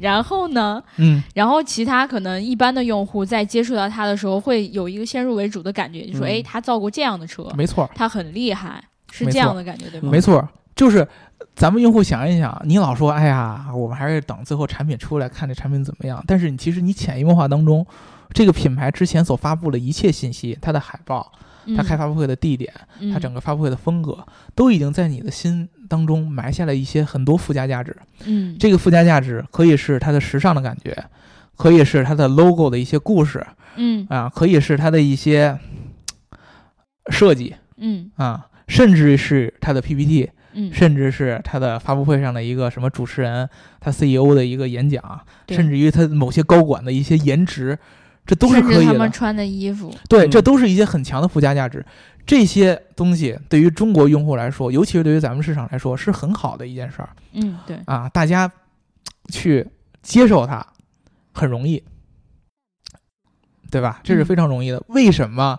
Speaker 1: 然后呢，
Speaker 2: 嗯
Speaker 1: 然后其他可能一般的用户在接触到它的时候，会有一个先入为主的感觉，就说：“
Speaker 3: 嗯
Speaker 1: 哎，他造过这样的车，
Speaker 2: 没错儿。
Speaker 1: 他很厉害。”是
Speaker 2: 没
Speaker 1: 这
Speaker 2: 错
Speaker 1: 样的感觉，对吗？
Speaker 2: 没错儿，就是咱们用户想一想，你老说哎呀，我们还是等最后产品出来看这产品怎么样。但是你其实你潜移默化当中，这个品牌之前所发布的一切信息，它的海报、
Speaker 1: 嗯
Speaker 2: 它开发布会的地点、它整个发布会的风格，都已经在你的心当中埋下了一些很多附加价值。
Speaker 1: 嗯，嗯
Speaker 2: 这个附加价值可以是它的时尚的感觉，可以是它的 logo 的一些故事
Speaker 1: 嗯
Speaker 2: 啊，可以是它的一些嘖设计
Speaker 1: 嗯
Speaker 2: 啊，甚至是它的 PPT。
Speaker 1: 嗯，
Speaker 2: 甚至是他的发布会上的一个什么主持人，他 CEO 的一个演讲，
Speaker 1: 对
Speaker 2: 甚至于他某些高管的一些颜值，这都是
Speaker 1: 甚
Speaker 2: 可
Speaker 1: 至
Speaker 2: 以
Speaker 1: 他
Speaker 2: 的
Speaker 1: 们。穿的衣服，
Speaker 2: 对，
Speaker 3: 嗯
Speaker 2: 这都是一些很强的附加价值。这些东西对于中国用户来说，尤其是对于咱们市场来说，是很好的一件事儿
Speaker 1: 嗯，对，
Speaker 2: 啊！大家去接受它很容易，对吧？这是非常容易的。为什么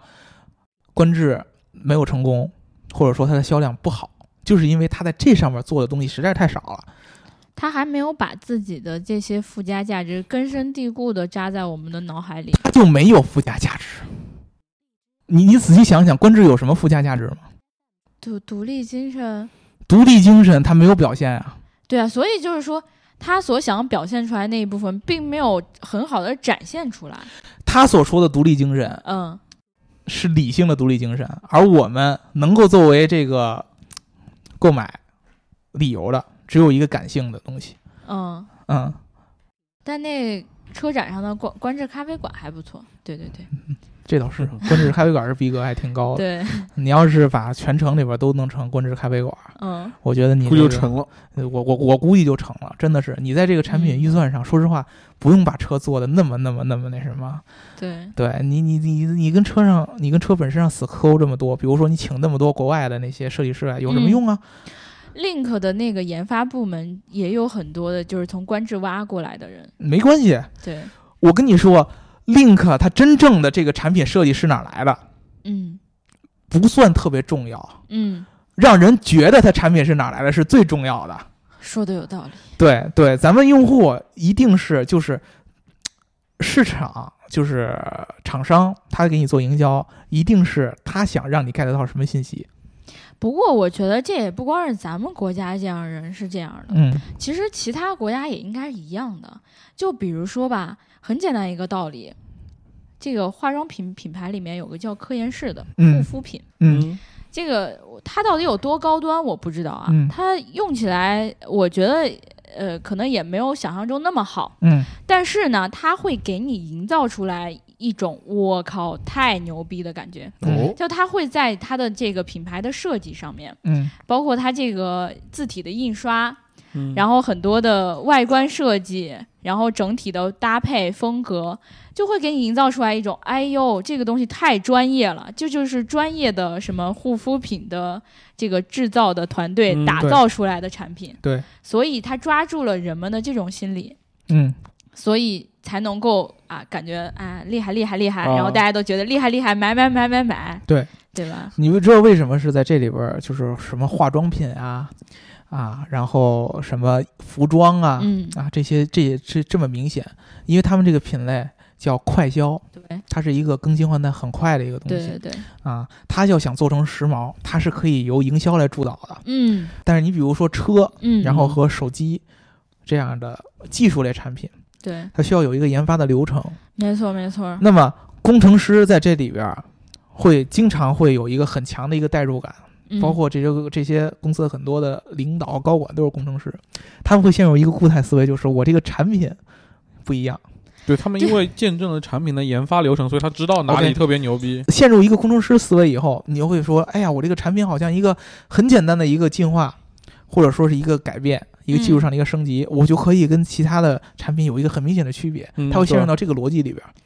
Speaker 2: 观致没有成功，或者说它的销量不好，就是因为它在这上面做的东西实在太少了。
Speaker 1: 他还没有把自己的这些附加价值根深蒂固的扎在我们的脑海里。
Speaker 2: 它就没有附加价值。你你仔细想想，观致有什么附加价值吗？
Speaker 1: 独独立精神，
Speaker 2: 独立精神它没有表现啊。
Speaker 1: 对啊，所以就是说，他所想表现出来那一部分，并没有很好的展现出来。
Speaker 2: 他所说的独立精神
Speaker 1: 嗯，
Speaker 2: 是理性的独立精神，而我们能够作为这个购买理由的，只有一个感性的东西。
Speaker 1: 嗯，
Speaker 2: 嗯，
Speaker 1: 但那车展上的观观致咖啡馆还不错。对对对
Speaker 2: 这倒 是。观致咖啡馆是逼格还挺高的。
Speaker 1: 对，
Speaker 2: 你要是把全城里边都弄成观致咖啡馆，
Speaker 1: 嗯
Speaker 2: 我觉得你
Speaker 3: 不就
Speaker 2: 这个
Speaker 3: 成了？
Speaker 2: 呃我我我估计就成了，真的是你在这个产品
Speaker 1: 嗯
Speaker 2: 预算上，说实话，不用把车做的那么那么那么那什么，
Speaker 1: 对，
Speaker 2: 对你你你你跟车上你跟车本身上死抠这么多，比如说你请那么多国外的那些设计师来，有什
Speaker 1: 嗯
Speaker 2: 么用啊？
Speaker 1: Link 的那个研发部门也有很多的，就是从观致挖过来的人。
Speaker 2: 没关系，
Speaker 1: 对，
Speaker 2: 我跟你说，Link 它真正的这个产品设计是哪儿来的，
Speaker 1: 嗯
Speaker 2: 不算特别重要，
Speaker 1: 嗯，
Speaker 2: 让人觉得它产品是哪儿来的是最重要的。
Speaker 1: 说的有道理，
Speaker 2: 对对，咱们用户一定是就是市场，就是厂商，他给你做营销，一定是他想让你 get 到什么信息。
Speaker 1: 不过我觉得这也不光是咱们国家这样人是这样的，
Speaker 2: 嗯
Speaker 1: 其实其他国家也应该是一样的。就比如说吧，很简单一个道理，这个化妆品品牌里面有个叫科颜氏的护
Speaker 2: 嗯
Speaker 1: 肤品，
Speaker 2: 嗯，
Speaker 1: 这个它到底有多高端，我不知道啊。
Speaker 2: 嗯
Speaker 1: 它用起来，我觉得呃，可能也没有想象中那么好，
Speaker 2: 嗯
Speaker 1: 但是呢，它会给你营造出来一种我靠太牛逼的感觉。
Speaker 3: 哦，
Speaker 1: 就它会在它的这个品牌的设计上面，
Speaker 2: 嗯
Speaker 1: 包括它这个字体的印刷，
Speaker 3: 嗯
Speaker 1: 然后很多的外观设计，然后整体的搭配风格，就会给你营造出来一种，哎呦，这个东西太专业了，这就是专业的什么护肤品的这个制造的团队
Speaker 3: 嗯
Speaker 1: 打
Speaker 2: 对
Speaker 1: 造出来的产品，
Speaker 2: 对，
Speaker 1: 所以它抓住了人们的这种心理，
Speaker 2: 嗯，
Speaker 1: 所以才能够啊，感觉啊厉害厉害厉害，
Speaker 3: 啊
Speaker 1: 然后大家都觉得厉害厉害，买买买买买，
Speaker 2: 哦对
Speaker 1: 对吧？
Speaker 2: 你们知道为什么是在这里边儿，就是什么化妆品啊啊，然后什么服装啊、
Speaker 1: 嗯，
Speaker 2: 啊这些这也这这么明显，因为他们这个品类叫快消，
Speaker 1: 对
Speaker 2: 它是一个更新换代很快的一个东
Speaker 1: 对
Speaker 2: 西
Speaker 1: 对对，
Speaker 2: 啊，它要想做成时髦，它是可以由营销来主导的。
Speaker 1: 嗯
Speaker 2: 但是你比如说车，
Speaker 1: 嗯，
Speaker 2: 然后和手机这样的技术类产品，
Speaker 1: 对，
Speaker 2: 它需要有一个研发的流程。
Speaker 1: 没错没错，
Speaker 2: 那么工程师在这里边儿会经常会有一个很强的一个代入感，
Speaker 1: 嗯
Speaker 2: 包括这些这些公司的很多的领导高管都是工程师，他们会陷入一个固态思维，就是我这个产品不一样，
Speaker 3: 对他们因为见证了产品的研发流程，所以他知道哪
Speaker 2: OK
Speaker 3: 里特别牛逼。
Speaker 2: 陷入一个工程师思维以后，你就会说，哎呀，我这个产品好像一个很简单的一个进化，或者说是一个改变，一个
Speaker 1: 嗯
Speaker 2: 技术上的一个升级，我就可以跟其他的产品有一个很明显的区别，
Speaker 3: 嗯
Speaker 2: 它会陷入到这个逻辑里
Speaker 1: 嗯
Speaker 2: 边儿。嗯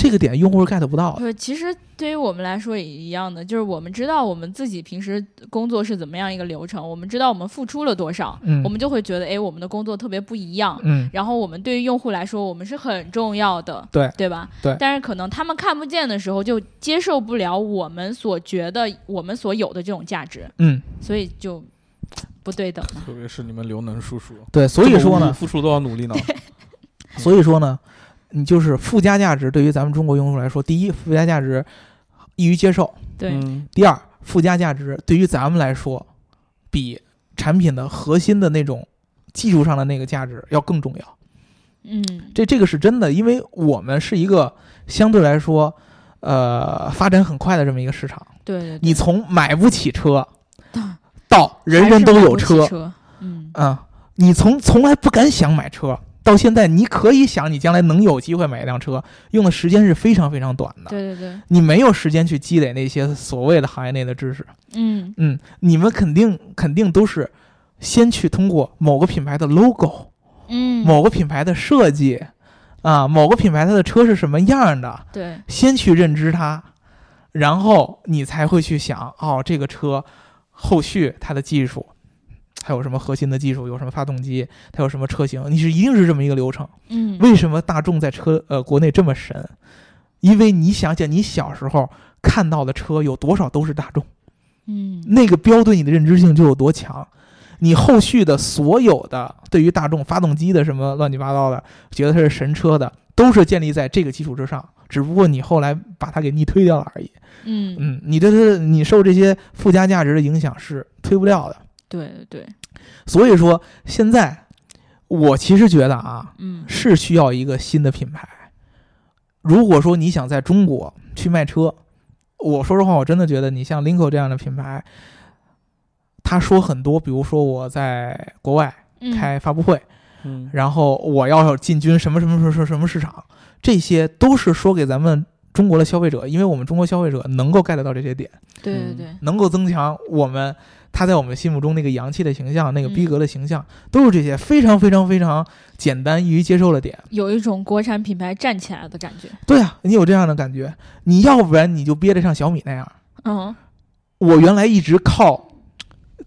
Speaker 2: 这个点用户是 get 不到
Speaker 1: 不
Speaker 2: 的，
Speaker 1: 是，其实对于我们来说也一样的，就是我们知道我们自己平时工作是怎么样一个流程，我们知道我们付出了多少，
Speaker 2: 嗯
Speaker 1: 我们就会觉得，哎，我们的工作特别不一样。
Speaker 2: 嗯，
Speaker 1: 然后我们对于用户来说，我们是很重要的，
Speaker 2: 对
Speaker 1: 对吧？
Speaker 2: 对
Speaker 1: 但是可能他们看不见的时候，就接受不了我们所觉得我们所有的这种价值，
Speaker 2: 嗯，
Speaker 1: 所以就不对等嘛。
Speaker 3: 特别是你们刘能叔叔，
Speaker 2: 对，所以说呢，
Speaker 3: 付出多少努力 呢？
Speaker 2: 所以说呢，你就是附加价值对于咱们中国用户来说，第一，附加价值易于接受；
Speaker 1: 对，
Speaker 3: 嗯
Speaker 2: 第二，附加价值对于咱们来说，比产品的核心的那种技术上的那个价值要更重要。
Speaker 1: 嗯，
Speaker 2: 这这个是真的，因为我们是一个相对来说，呃，发展很快的这么一个市场。
Speaker 1: 对对对，
Speaker 2: 你从买不起车
Speaker 1: 当
Speaker 2: 到人人都有车
Speaker 1: 还是买不起，车，嗯，
Speaker 2: 啊、你从从来不敢想买车。到现在，你可以想你将来能有机会买一辆车，用的时间是非常非常短的。
Speaker 1: 对对对，
Speaker 2: 你没有时间去积累那些所谓的行业内的知识。
Speaker 1: 嗯，
Speaker 2: 嗯，你们肯定肯定都是先去通过某个品牌的 logo、
Speaker 1: 嗯，
Speaker 2: 某个品牌的设计啊、某个品牌它的车是什么样的，
Speaker 1: 对，
Speaker 2: 先去认知它，然后你才会去想哦，这个车后续它的技术，还有什么核心的技术，有什么发动机，它有什么车型，你是一定是这么一个流程。
Speaker 1: 嗯，
Speaker 2: 为什么大众在车呃国内这么神？因为你想想，你小时候看到的车有多少都是大众。
Speaker 1: 嗯，
Speaker 2: 那个标对你的认知性就有多强。你后续的所有的对于大众发动机的什么乱七八糟的，觉得它是神车的，都是建立在这个基础之上。只不过你后来把它给逆推掉了而已。
Speaker 1: 嗯，
Speaker 2: 嗯，你对它的，你受这些附加价值的影响是推不掉的。
Speaker 1: 对对对，
Speaker 2: 所以说，现在我其实觉得啊，
Speaker 1: 嗯
Speaker 2: 是需要一个新的品牌。如果说你想在中国去卖车，我说实话，我真的觉得你像 Linko 这样的品牌，他说很多，比如说我在国外
Speaker 1: 嗯，
Speaker 2: 开发布会，
Speaker 3: 嗯，
Speaker 2: 然后我要进军什么什么什么什么什么市场，这些都是说给咱们中国的消费者，因为我们中国消费者能够 get 到这些点，
Speaker 1: 对对
Speaker 3: 嗯
Speaker 1: 对，
Speaker 2: 能够增强我们他在我们心目中那个洋气的形象，那个
Speaker 1: 嗯
Speaker 2: 逼格的形象，都是这些非常非常非常简单易于接受的点。
Speaker 1: 有一种国产品牌站起来的感觉。
Speaker 2: 对啊，你有这样的感觉，你要不然你就憋得像小米那样。
Speaker 1: 嗯，
Speaker 2: 我原来一直靠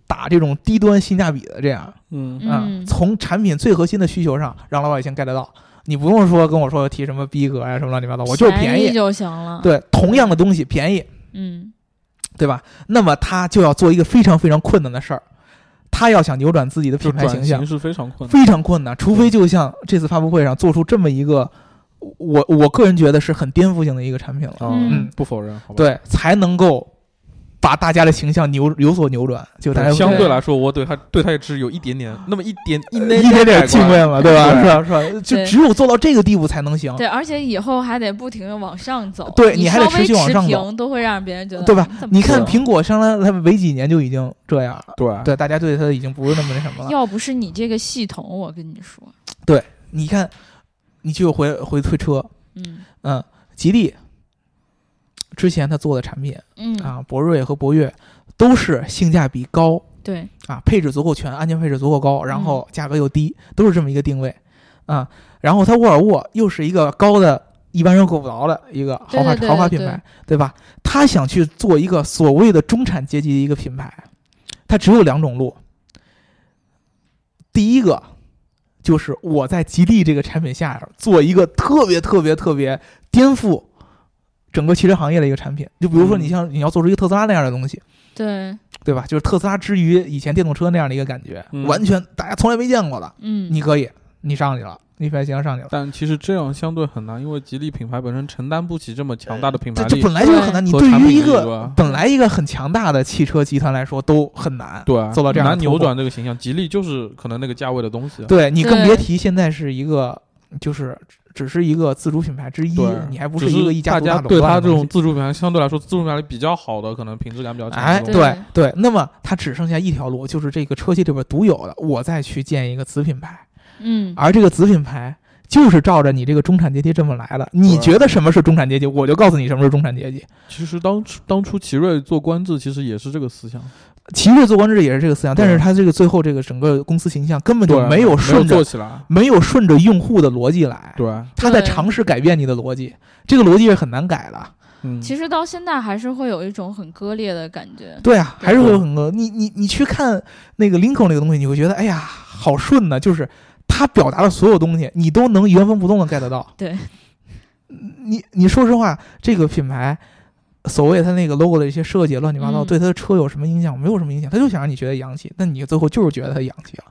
Speaker 2: 打这种低端性价比的这样
Speaker 3: 嗯
Speaker 2: 啊、
Speaker 1: 嗯
Speaker 2: 从产品最核心的需求上让老百姓 get 到。你不用说跟我说提什么逼格呀、什么乱七八糟，我就是便
Speaker 1: 宜
Speaker 2: 宜。
Speaker 1: 就行了。，
Speaker 2: 对，同样的东西便宜，
Speaker 1: 嗯
Speaker 2: 对吧？那么他就要做一个非常非常困难的事儿，他要想扭转自己的
Speaker 3: 就
Speaker 2: 品牌
Speaker 3: 转
Speaker 2: 形象
Speaker 3: 型，是非常困难。
Speaker 2: 非常困难，除非就像这次发布会上做出这么一个，我我个人觉得是很颠覆性的一个产品了，
Speaker 3: 啊
Speaker 1: 嗯
Speaker 3: 不否认，好吧？
Speaker 2: 对，才能够把大家的形象扭有所扭转，就大家
Speaker 3: 对，相对
Speaker 2: 对
Speaker 3: 来说，我对他对他也只有一点点，那么一点一
Speaker 2: 呃一
Speaker 3: 点
Speaker 2: 点点敬畏嘛，对吧？
Speaker 3: 对
Speaker 2: 是吧？是吧？就
Speaker 1: 对
Speaker 2: 只有做到这个地步才能行，
Speaker 1: 对，而且以后还得不停的往上走，
Speaker 2: 啊对
Speaker 1: 你
Speaker 2: 你还得
Speaker 1: 稍微
Speaker 2: 持续往上走
Speaker 1: 平都会让别人觉得
Speaker 2: 对吧？
Speaker 1: 你
Speaker 2: 你
Speaker 1: 怎么做
Speaker 2: 看苹果，相当它没几年就已经这样了，
Speaker 3: 啊对
Speaker 2: 对，大家对它已经不是那么那什么了。
Speaker 1: 要不是你这个系统，我跟你说，
Speaker 2: 你看，你就回回推车，
Speaker 1: 嗯
Speaker 2: 嗯，吉利之前它做的产品
Speaker 1: 嗯，
Speaker 2: 啊，博瑞和博越都是性价比高
Speaker 1: 对，
Speaker 2: 啊，配置足够全，安全配置足够高，
Speaker 1: 嗯
Speaker 2: 然后价格又低，都是这么一个定位啊。然后它沃尔沃又是一个高的。一般人够不着的一个豪
Speaker 1: 对
Speaker 2: 华
Speaker 1: 对对
Speaker 2: 豪华
Speaker 1: 对
Speaker 2: 品牌，对吧？他想去做一个所谓的中产阶级的一个品牌，它只有两种路。第一个就是我在吉利这个产品下做一个特别特别特别颠覆整个汽车行业的一个产品，就比如
Speaker 1: 嗯
Speaker 2: 说你像你要做出一个特斯拉那样的东西，
Speaker 1: 对，
Speaker 2: 对吧？就是特斯拉之于以前电动车那样的一个感觉，
Speaker 3: 嗯
Speaker 2: 完全大家从来没见过的，
Speaker 1: 嗯，
Speaker 2: 你可以，你上去了，你品牌形象上去了。
Speaker 3: 但其实这样相对很难，因为吉利品牌本身承担不起这么强大的品牌
Speaker 2: 呃这这
Speaker 3: 力。
Speaker 2: 本来就是很难，你
Speaker 3: 和
Speaker 2: 对
Speaker 3: 产品
Speaker 2: 于一
Speaker 3: 力对
Speaker 2: 个
Speaker 3: 吧
Speaker 2: 本来一个很强大的汽车集团来说都很难。
Speaker 3: 对，
Speaker 2: 做到这样的
Speaker 3: 难
Speaker 2: 突破
Speaker 3: 扭转这个形象。吉利就是可能那个价位的东西，
Speaker 2: 对你更
Speaker 1: 对
Speaker 2: 别提现在是一个就是只是一个自主品牌之一
Speaker 3: 对，
Speaker 2: 你还不
Speaker 3: 只
Speaker 2: 一个
Speaker 3: 是
Speaker 2: 一家
Speaker 3: 大
Speaker 2: 独大
Speaker 3: 家
Speaker 2: 垄
Speaker 3: 对
Speaker 2: 断
Speaker 3: 它
Speaker 2: 的
Speaker 3: 这
Speaker 2: 东
Speaker 3: 种
Speaker 2: 西
Speaker 3: 自主品牌相对来说，自主品牌比较好的，可能品质感比较强。
Speaker 2: 哎，
Speaker 3: 这种
Speaker 2: 对
Speaker 1: 对
Speaker 2: 对，那么它只剩下一条路，就是这个车企里边独有的，我再去建一个子品牌，
Speaker 1: 嗯，
Speaker 2: 而这个子品牌就是照着你这个中产阶级这么来的。你觉得什么是中产阶级，我就告诉你什么是中产阶级。
Speaker 3: 其实当初当初奇瑞做官制，其实也是这个思想，
Speaker 2: 奇瑞做官制也是这个思想，
Speaker 3: 对
Speaker 2: 但是它这个最后这个整个公司形象根本就
Speaker 3: 对，啊
Speaker 2: 没
Speaker 3: 没
Speaker 2: 有顺
Speaker 3: 做
Speaker 2: 着哎
Speaker 3: 起来，
Speaker 2: 没有顺着用户的逻辑来，
Speaker 3: 对，啊
Speaker 2: 它在
Speaker 1: 对
Speaker 2: 尝试改变你的逻辑，这个逻辑是很难改的。
Speaker 3: 嗯，
Speaker 1: 其实到现在还是会有一种很割裂的感觉，
Speaker 2: 对啊，还是会
Speaker 3: 对
Speaker 2: 有很多。你你你去看那个林肯那个东西，你会觉得哎呀，好顺呐、就是他表达的所有东西，你都能原封 不动的 get 到。
Speaker 1: 对
Speaker 2: 嗯，你你说实话，这个品牌所谓它那个 logo 的一些设计乱七八糟，
Speaker 1: 嗯
Speaker 2: 对它的车有什么影响？没有什么影响，它就想让你觉得洋气，但你最后就是觉得它洋气了。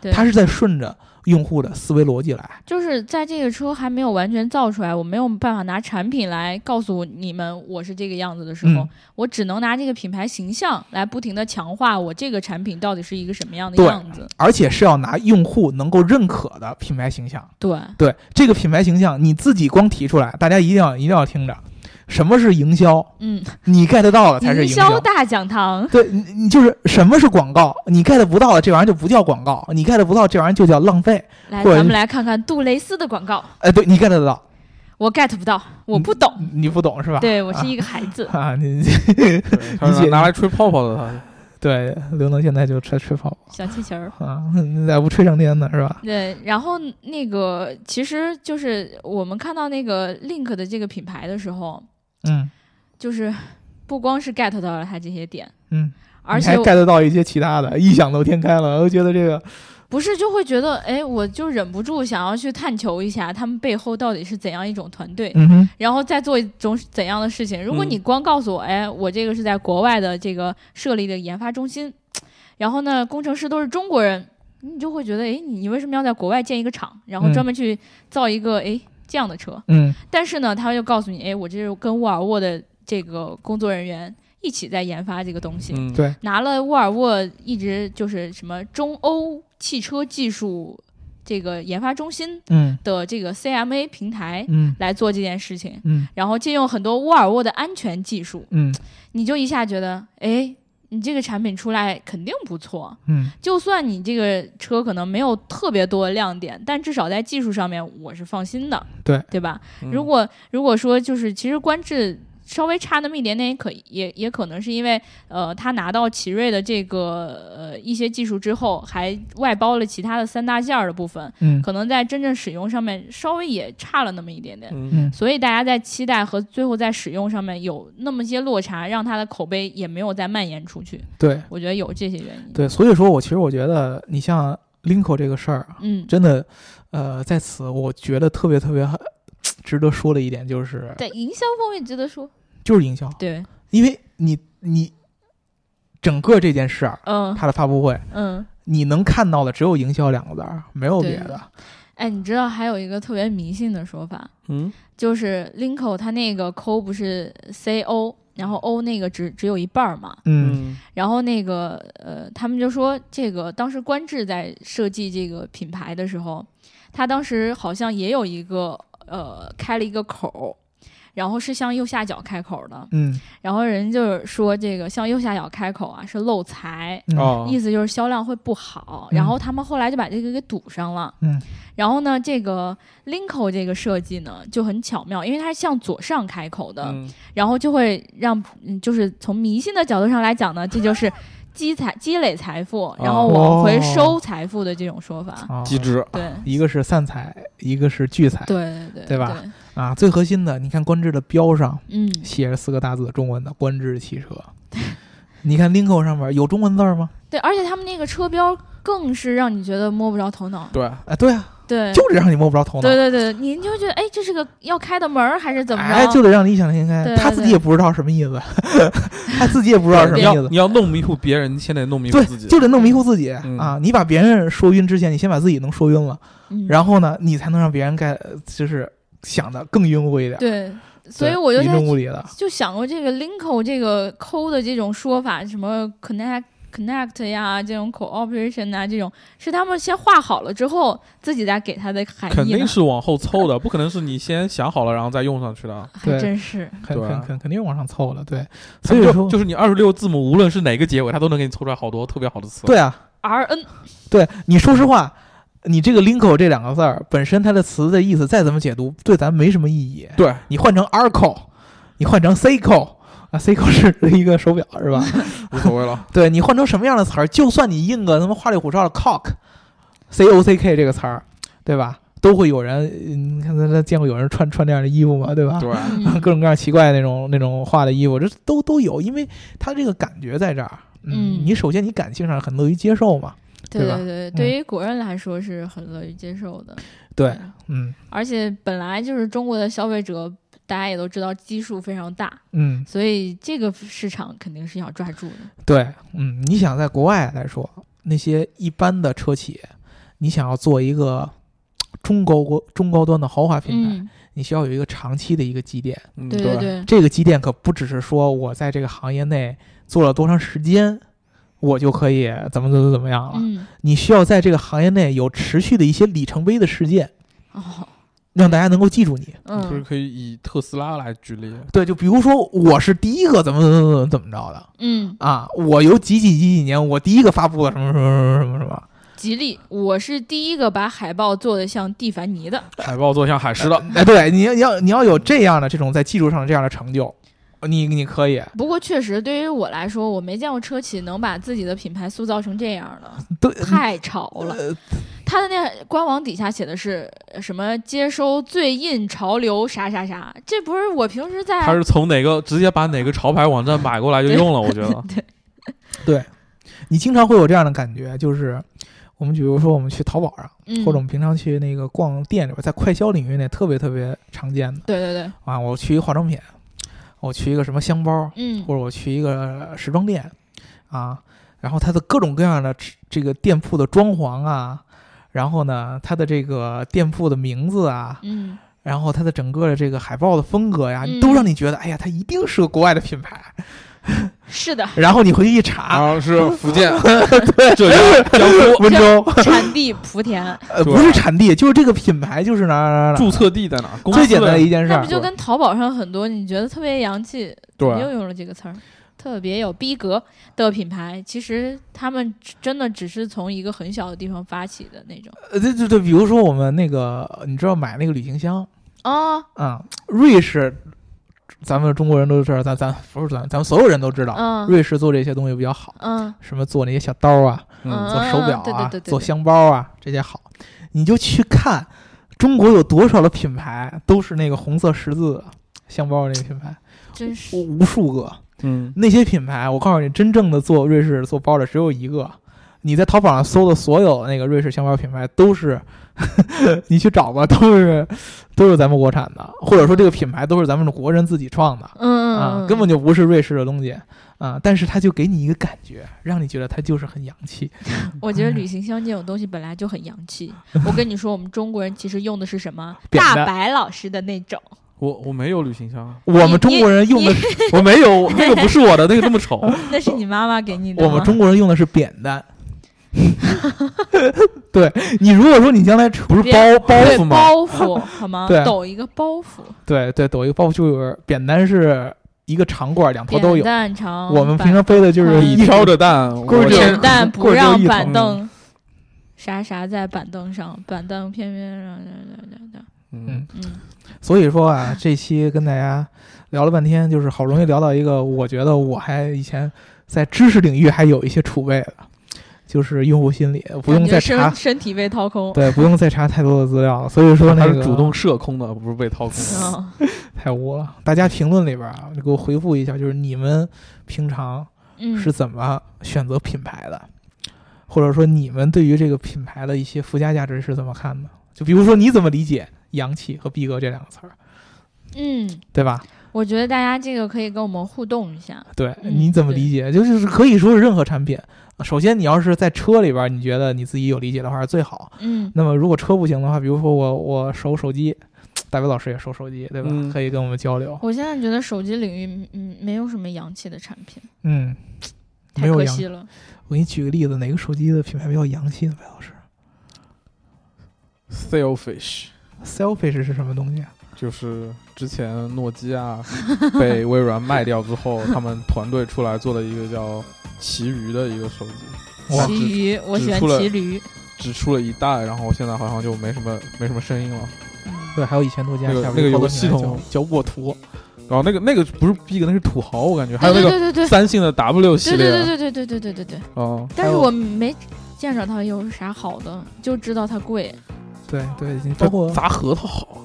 Speaker 1: 对，
Speaker 2: 它是在顺着用户的思维逻辑来。
Speaker 1: 就是在这个车还没有完全造出来，我没有办法拿产品来告诉你们我是这个样子的时候，
Speaker 2: 嗯
Speaker 1: 我只能拿这个品牌形象来不停的强化我这个产品到底是一个什么样的
Speaker 2: 对
Speaker 1: 样子。
Speaker 2: 而且是要拿用户能够认可的品牌形象。
Speaker 1: 对，
Speaker 2: 对这个品牌形象，你自己光提出来，大家一定要一定要听着，什么是营销？
Speaker 1: 嗯，
Speaker 2: 你 get 到了才是
Speaker 1: 营
Speaker 2: 营销。
Speaker 1: 销大讲堂，
Speaker 2: 对，你你就是什么是广告？你 get 不到的这玩意儿就不叫广告，你 get 不到这玩意儿就叫浪费。
Speaker 1: 来，
Speaker 2: 或者
Speaker 1: 咱们
Speaker 2: 是
Speaker 1: 来看看杜蕾斯的广告，
Speaker 2: 哎，对你 get 得到，
Speaker 1: 我 get 不到，我不懂，
Speaker 2: 你不懂是吧？
Speaker 1: 对我是
Speaker 2: 一
Speaker 1: 一个孩子，
Speaker 2: 嗯 啊，你你
Speaker 3: 对它
Speaker 2: 理解
Speaker 3: 是拿来吹泡泡的，它是
Speaker 2: 对刘能现在就吹吹泡泡
Speaker 1: 小气球儿。
Speaker 2: 啊， 你咋不吹上天呢是吧？
Speaker 1: 对，然后那个其实就是我们看到那个 Link 的这个品牌的时候，
Speaker 2: 嗯
Speaker 1: 就是不光是 get 到了它这些点，
Speaker 2: 嗯，
Speaker 1: 而
Speaker 2: 你
Speaker 1: 且
Speaker 2: 还 get 到一些其他的，异想都天开了，我就觉得这个
Speaker 1: 不是就会觉得，哎，我就忍不住想要去探求一下他们背后到底是怎样一种团队，
Speaker 2: 嗯哼
Speaker 1: 然后再做一种怎样的事情。如果
Speaker 3: 嗯
Speaker 1: 你光告诉我，哎，我这个是在国外的这个设立的研发中心，然后呢，工程师都是中国人，你就会觉得，哎，你你为什么要在国外建一个厂，然后
Speaker 2: 嗯
Speaker 1: 专门去造一个，哎，这样的车？
Speaker 2: 嗯
Speaker 1: 但是呢，他又告诉你，哎，我这是跟沃尔沃的这个工作人员一起在研发这个东西。
Speaker 3: 嗯，
Speaker 2: 对
Speaker 1: 拿了沃尔沃一直就是什么中欧汽车技术这个研发中心
Speaker 2: 嗯
Speaker 1: 的这个 CMA 平台
Speaker 2: 嗯
Speaker 1: 来做这件事情，
Speaker 2: 嗯
Speaker 1: 然后借用很多沃尔沃的安全技术，
Speaker 2: 嗯
Speaker 1: 你就一下觉得，哎，你这个产品出来肯定不错。
Speaker 2: 嗯，
Speaker 1: 就算你这个车可能没有特别多的亮点，但至少在技术上面我是放心的，
Speaker 2: 对
Speaker 1: 对吧？
Speaker 3: 嗯
Speaker 1: 如果如果说就是其实官至稍微差那么一点点，也可也也可能是因为呃他拿到奇瑞的这个呃一些技术之后，还外包了其他的三大件儿的部分，
Speaker 2: 嗯
Speaker 1: 可能在真正使用上面稍微也差了那么一点点。
Speaker 3: 嗯
Speaker 2: 嗯
Speaker 1: 所以大家在期待和最后在使用上面有那么些落差，让它的口碑也没有再蔓延出去。
Speaker 2: 对。
Speaker 1: 我觉得有这些原因。
Speaker 2: 对，所以说我其实我觉得，你像 Linko 这个事儿啊，
Speaker 1: 嗯，
Speaker 2: 真的，呃，在此我觉得特别特别呃值得说的一点就是，
Speaker 1: 在营销方面值得说。
Speaker 2: 就是营销，
Speaker 1: 对，
Speaker 2: 因为你你整个这件事儿，
Speaker 1: 嗯
Speaker 2: 它的发布会，
Speaker 1: 嗯，
Speaker 2: 你能看到的只有营销两个字儿，没有别的。
Speaker 1: 哎，你知道还有一个特别迷信的说法，
Speaker 3: 嗯，
Speaker 1: 就是 Linko 它那个 CO 不是 C O，然后 O 那个只只有一半儿嘛，
Speaker 2: 嗯
Speaker 3: 嗯
Speaker 1: 然后那个呃，他们就说这个当时官至在设计这个品牌的时候，他当时好像也有一个呃开了一个口儿，然后是向右下角开口的，
Speaker 2: 嗯
Speaker 1: 然后人就是说这个向右下角开口啊是漏财。
Speaker 2: 嗯
Speaker 3: 哦，
Speaker 1: 意思就是销量会不好，然后他们后来就把这个给堵上了。
Speaker 2: 嗯，
Speaker 1: 然后呢，这个 Linko 这个设计呢就很巧妙，因为它是向左上开口的，哦
Speaker 3: 嗯
Speaker 1: 然后就会让，嗯就是从迷信的角度上来讲呢，这就是积财积累财富，然
Speaker 2: 哦
Speaker 1: 后往回收财富的这种说法。
Speaker 2: 啊
Speaker 3: 机制，
Speaker 1: 对
Speaker 2: 一个是散财，一个是聚财
Speaker 1: 对对
Speaker 2: 对吧？啊。最核心的，你看观致的标上
Speaker 1: 嗯，
Speaker 2: 写着四个大字中文的“观致汽 车”，你看 Linko 上面有中文字儿吗？
Speaker 1: 对，而且他们那个车标更是让你觉得摸不着头脑。
Speaker 3: 对，
Speaker 2: 啊，对啊，
Speaker 1: 对，
Speaker 2: 就得让你摸不着头脑。
Speaker 1: 对对对，你就觉得哎，这是个要开的门儿还是怎么着？
Speaker 2: 哎，就得让你想应该
Speaker 1: 对，
Speaker 2: 他自己也不知道什么意思， 他自己也不知道什么
Speaker 3: 你
Speaker 2: 意
Speaker 3: 要
Speaker 2: 思
Speaker 3: 你，要弄迷糊别人，你先得弄迷糊
Speaker 2: 对
Speaker 3: 自己，。
Speaker 2: 就得弄迷糊自己
Speaker 3: 嗯
Speaker 2: 啊！你把别人说晕之前，你先把自己能说晕了，
Speaker 1: 嗯
Speaker 2: 然后呢，你才能让别人该就是想的更晕乎一点。
Speaker 1: 对，所
Speaker 2: 对，
Speaker 1: 以我就
Speaker 2: 迷
Speaker 1: 在
Speaker 2: 中雾里的，
Speaker 1: 就想过这个 linko 这个抠的这种说法，什么 connect connect 呀，这种 cooperation 啊，这种是他们先画好了之后，自己再给它的含
Speaker 3: 肯
Speaker 1: 义呢
Speaker 3: 定？是往后凑的，不可能是你先想好了然后再用上去的。
Speaker 1: 还
Speaker 2: 对
Speaker 1: 真是，
Speaker 2: 肯
Speaker 3: 对啊
Speaker 2: 肯肯肯定往上凑了。对，
Speaker 3: 他
Speaker 2: 所以
Speaker 3: 们
Speaker 2: 说
Speaker 3: 就就是你二十六字母，无论是哪个结尾，它都能给你凑出来好多特别好的词。
Speaker 2: 对啊，
Speaker 1: R N
Speaker 2: 对你说实话，你这个 “linko” 这两个字儿本身它的词的意思再怎么解读，对咱没什么意义。
Speaker 3: 对，
Speaker 2: 你换成 “arco”，你换成 “seiko”。啊，Seiko 是一个手表是吧？
Speaker 3: 无所 谓了。
Speaker 2: 对你换成什么样的词儿，就算你印个他妈花里胡哨的 “cock”，c o c k 这个词儿，对吧？都会有人，嗯你看咱咱见过有人穿穿这样的衣服吗？对吧？
Speaker 3: 对，
Speaker 1: 嗯
Speaker 2: 各种各样奇怪的那种那种画的衣服，这都都有，因为它这个感觉在这儿。
Speaker 1: 嗯
Speaker 2: 你首先你感性上很乐于接受嘛，
Speaker 1: 对
Speaker 2: 对吧
Speaker 1: 对对，对于国人来说是很乐于接受的。
Speaker 2: 对，嗯
Speaker 1: 而且本来就是中国的消费者，大家也都知道基数非常大，
Speaker 2: 嗯，
Speaker 1: 所以这个市场肯定是要抓住的。
Speaker 2: 对，嗯，你想在国外来说，那些一般的车企，你想要做一个中高国中高端的豪华品牌，
Speaker 1: 嗯，
Speaker 2: 你需要有一个长期的一个积淀。
Speaker 3: 嗯
Speaker 1: 对
Speaker 3: 对，
Speaker 1: 对，
Speaker 2: 这个积淀可不只是说我在这个行业内做了多长时间，我就可以怎么怎么怎么样了。
Speaker 1: 嗯，
Speaker 2: 你需要在这个行业内有持续的一些里程碑的事件，
Speaker 1: 哦，
Speaker 2: 让大家能够记住你。
Speaker 3: 就是
Speaker 1: 嗯
Speaker 3: 可以以特斯拉来举例。
Speaker 2: 对，就比如说我是第一个怎么怎么怎么怎么着的
Speaker 1: 嗯，
Speaker 2: 啊，我有几几几几年我第一个发布了什么什么什么什么什么
Speaker 1: 吉利，我是第一个把海报做的像蒂凡尼的。
Speaker 3: 海报做像海狮的，
Speaker 1: 嗯
Speaker 2: 什么，哎，对，你要你要你要有这样的这种在技术上的这样的成就，你你可以，
Speaker 1: 不过确实，对于我来说，我没见过车企能把自己的品牌塑造成这样 的，
Speaker 2: 对，
Speaker 1: 太潮了。
Speaker 2: 嗯呃
Speaker 1: 它的那官网底下写的是呃什么“接收最印潮流啥啥啥”，这不是我平时
Speaker 3: 它
Speaker 1: 在
Speaker 3: 是从哪个直接把哪个潮牌网站买过来就用了，我觉得。
Speaker 2: 你经常会有这样的感觉，就是我们比如说我们去淘宝上，
Speaker 1: 嗯，
Speaker 2: 或者我们平常去那个逛店里边，在快消领域内特别特别常见的
Speaker 1: 对对对，
Speaker 2: 啊，我去一个化妆品，我去一个什么箱包，
Speaker 1: 嗯
Speaker 2: 或者我去一个时装店啊，然后它的各种各样的这个店铺的装潢啊，然后呢，它的这个店铺的名字啊，
Speaker 1: 嗯，
Speaker 2: 然后它的整个的这个海报的风格呀，
Speaker 1: 嗯
Speaker 2: 都让你觉得，哎呀，它一定是个国外的品牌。
Speaker 1: 是 的，
Speaker 2: 然后你回去一查，
Speaker 3: 后是 福建、浙江、江苏，
Speaker 2: 温州
Speaker 1: 产地莆田，
Speaker 2: 呃
Speaker 3: 对
Speaker 2: 不是产地，就是这个品牌就是哪儿哪儿哪儿哪
Speaker 3: 注册地在哪？
Speaker 2: 儿。
Speaker 3: 公司
Speaker 2: 最简单的一件事
Speaker 1: 那
Speaker 2: 儿
Speaker 1: 不，就跟淘宝上很多你觉得特别洋气，你又
Speaker 3: 对，
Speaker 1: 用了这个词儿，特别有逼格的品牌，其实他们真的只是从一个很小的地方发起的那种。
Speaker 2: 呃对对对，比如说我们那个，你知道买那个旅行箱
Speaker 1: 哦，
Speaker 2: 啊、瑞士，咱们中国人都知道，咱咱不是咱咱们所有人都知道，
Speaker 1: 嗯
Speaker 2: 啊瑞啊士做这些东西比较好，
Speaker 1: 嗯
Speaker 2: 什么做那些小刀啊，
Speaker 1: 嗯
Speaker 2: 做手表啊，
Speaker 1: 对对对对
Speaker 2: 做箱包啊，这些好，你就去看中国有多少的品牌都是那个红色十字箱包那个品牌，
Speaker 1: 真是
Speaker 2: 无无数个。
Speaker 3: 嗯，
Speaker 2: 那些品牌，我告诉你，真正的做瑞士做包的只有一个，你在淘宝上搜的所有那个瑞士箱包品牌，都是 你去找吧， 都是都是咱们国产的，或者说这个品牌都是咱们国人自己创的
Speaker 1: 嗯
Speaker 2: 啊，
Speaker 1: 嗯，
Speaker 2: 根本
Speaker 1: 就
Speaker 2: 就不是瑞士的东西啊。但是它就给你一个感觉，让你觉得它就是很洋气。
Speaker 1: 我觉得旅行箱这种东西本来就很洋气。我跟你说，我们中国人其实用的是什么？
Speaker 2: 扁
Speaker 1: 大
Speaker 2: 担
Speaker 1: 白老师的那种。
Speaker 3: 我我没有旅行 箱，
Speaker 2: 我们中国人用的是，
Speaker 3: 我没有，那个不是我的，那个那么 丑。
Speaker 1: 那是你妈妈给你的
Speaker 2: 我
Speaker 1: 吗？
Speaker 2: 们中国人用的是扁担。 对你，如果说你将来不是
Speaker 1: 扁
Speaker 2: 包包
Speaker 1: 对
Speaker 2: 袱吗？
Speaker 1: 包袱好吗
Speaker 2: 对？
Speaker 1: 抖一个包袱，
Speaker 2: 对对，抖一个包袱就是扁担是一个长棍儿，两头
Speaker 1: 扁
Speaker 2: 都有。
Speaker 1: 担长板，
Speaker 2: 我们平常背的就是
Speaker 1: 嗯
Speaker 2: 一
Speaker 3: 你挑着担，
Speaker 2: 棍儿
Speaker 3: 我
Speaker 2: 就
Speaker 1: 扁
Speaker 3: 先
Speaker 1: 担不
Speaker 2: 棍儿就
Speaker 1: 让
Speaker 2: 一
Speaker 1: 板
Speaker 3: 头
Speaker 1: 凳，啥啥在板凳上，板凳偏偏让让让让，
Speaker 3: 嗯，
Speaker 1: 嗯，
Speaker 2: 所以说啊，这期跟大家聊了半天，就是好容易聊到一个，我觉得我还以前在知识领域还有一些储备的，就是用户心理，不用
Speaker 1: 感觉
Speaker 2: 再查
Speaker 1: 身，身体被掏空，
Speaker 2: 对，不用再查太多的资料了。所以说那
Speaker 3: 它
Speaker 2: 个
Speaker 3: 是主动射空的，不是被掏空的。
Speaker 1: 嗯，
Speaker 2: 太污了。大家评论里边啊，给我回复一下，就是你们平常
Speaker 1: 嗯，
Speaker 2: 是怎么选择品牌的，或者说你们对于这个品牌的一些附加价值是怎么看的？就比如说你怎么理解“洋气”和“逼格”这两个词儿，
Speaker 1: 嗯，
Speaker 2: 对吧？
Speaker 1: 我觉得大家这个可以跟我们互动一下，
Speaker 2: 对，
Speaker 1: 嗯
Speaker 2: 你怎么理解？就就是可以说是任何产品。首先，你要是在车里边儿，你觉得你自己有理解的话是最好。
Speaker 1: 嗯，
Speaker 2: 那么如果车不行的话，比如说我我收手机，大卫老师也收手机，对吧？
Speaker 3: 嗯
Speaker 2: 可以跟我们交流。
Speaker 1: 我现在觉得手机领域嗯没有什么洋气的产品，
Speaker 2: 嗯，没
Speaker 1: 太
Speaker 2: 有
Speaker 1: 可
Speaker 2: 洋
Speaker 1: 惜了，
Speaker 2: 我给你举个例子，哪个手机的品牌比较洋气呢？白老师
Speaker 3: Sailfish
Speaker 2: ，Selfish 是什么东西啊？
Speaker 3: 就是之前诺基亚被微软卖掉之后，他们团队出来做了一个叫奇鱼的一个手机，哇
Speaker 1: 骑驴，我喜欢
Speaker 3: 出了
Speaker 1: 骑驴，
Speaker 3: 只出了一代，然后现在好像就没什么没什么声音了。
Speaker 2: 对，还有以前诺基亚
Speaker 3: 那个
Speaker 2: 下边
Speaker 3: 那个有
Speaker 2: 好多
Speaker 3: 个
Speaker 2: 品
Speaker 3: 系
Speaker 2: 牌
Speaker 3: 统
Speaker 2: 叫叫沃图，
Speaker 3: 然后那个那个不是逼格，那是土豪，我感觉。还
Speaker 1: 对
Speaker 3: 有那
Speaker 1: 对对
Speaker 3: 个
Speaker 1: 对 对。
Speaker 3: 三星的 W 系
Speaker 1: 对
Speaker 3: 列
Speaker 1: 对
Speaker 3: 啊
Speaker 1: 对对对对对对对，
Speaker 3: 哦
Speaker 1: 但
Speaker 2: 还
Speaker 1: 是
Speaker 2: 有
Speaker 1: 我没见着它有啥好的，就知道它贵，
Speaker 2: 对对，包括
Speaker 3: 砸核桃好，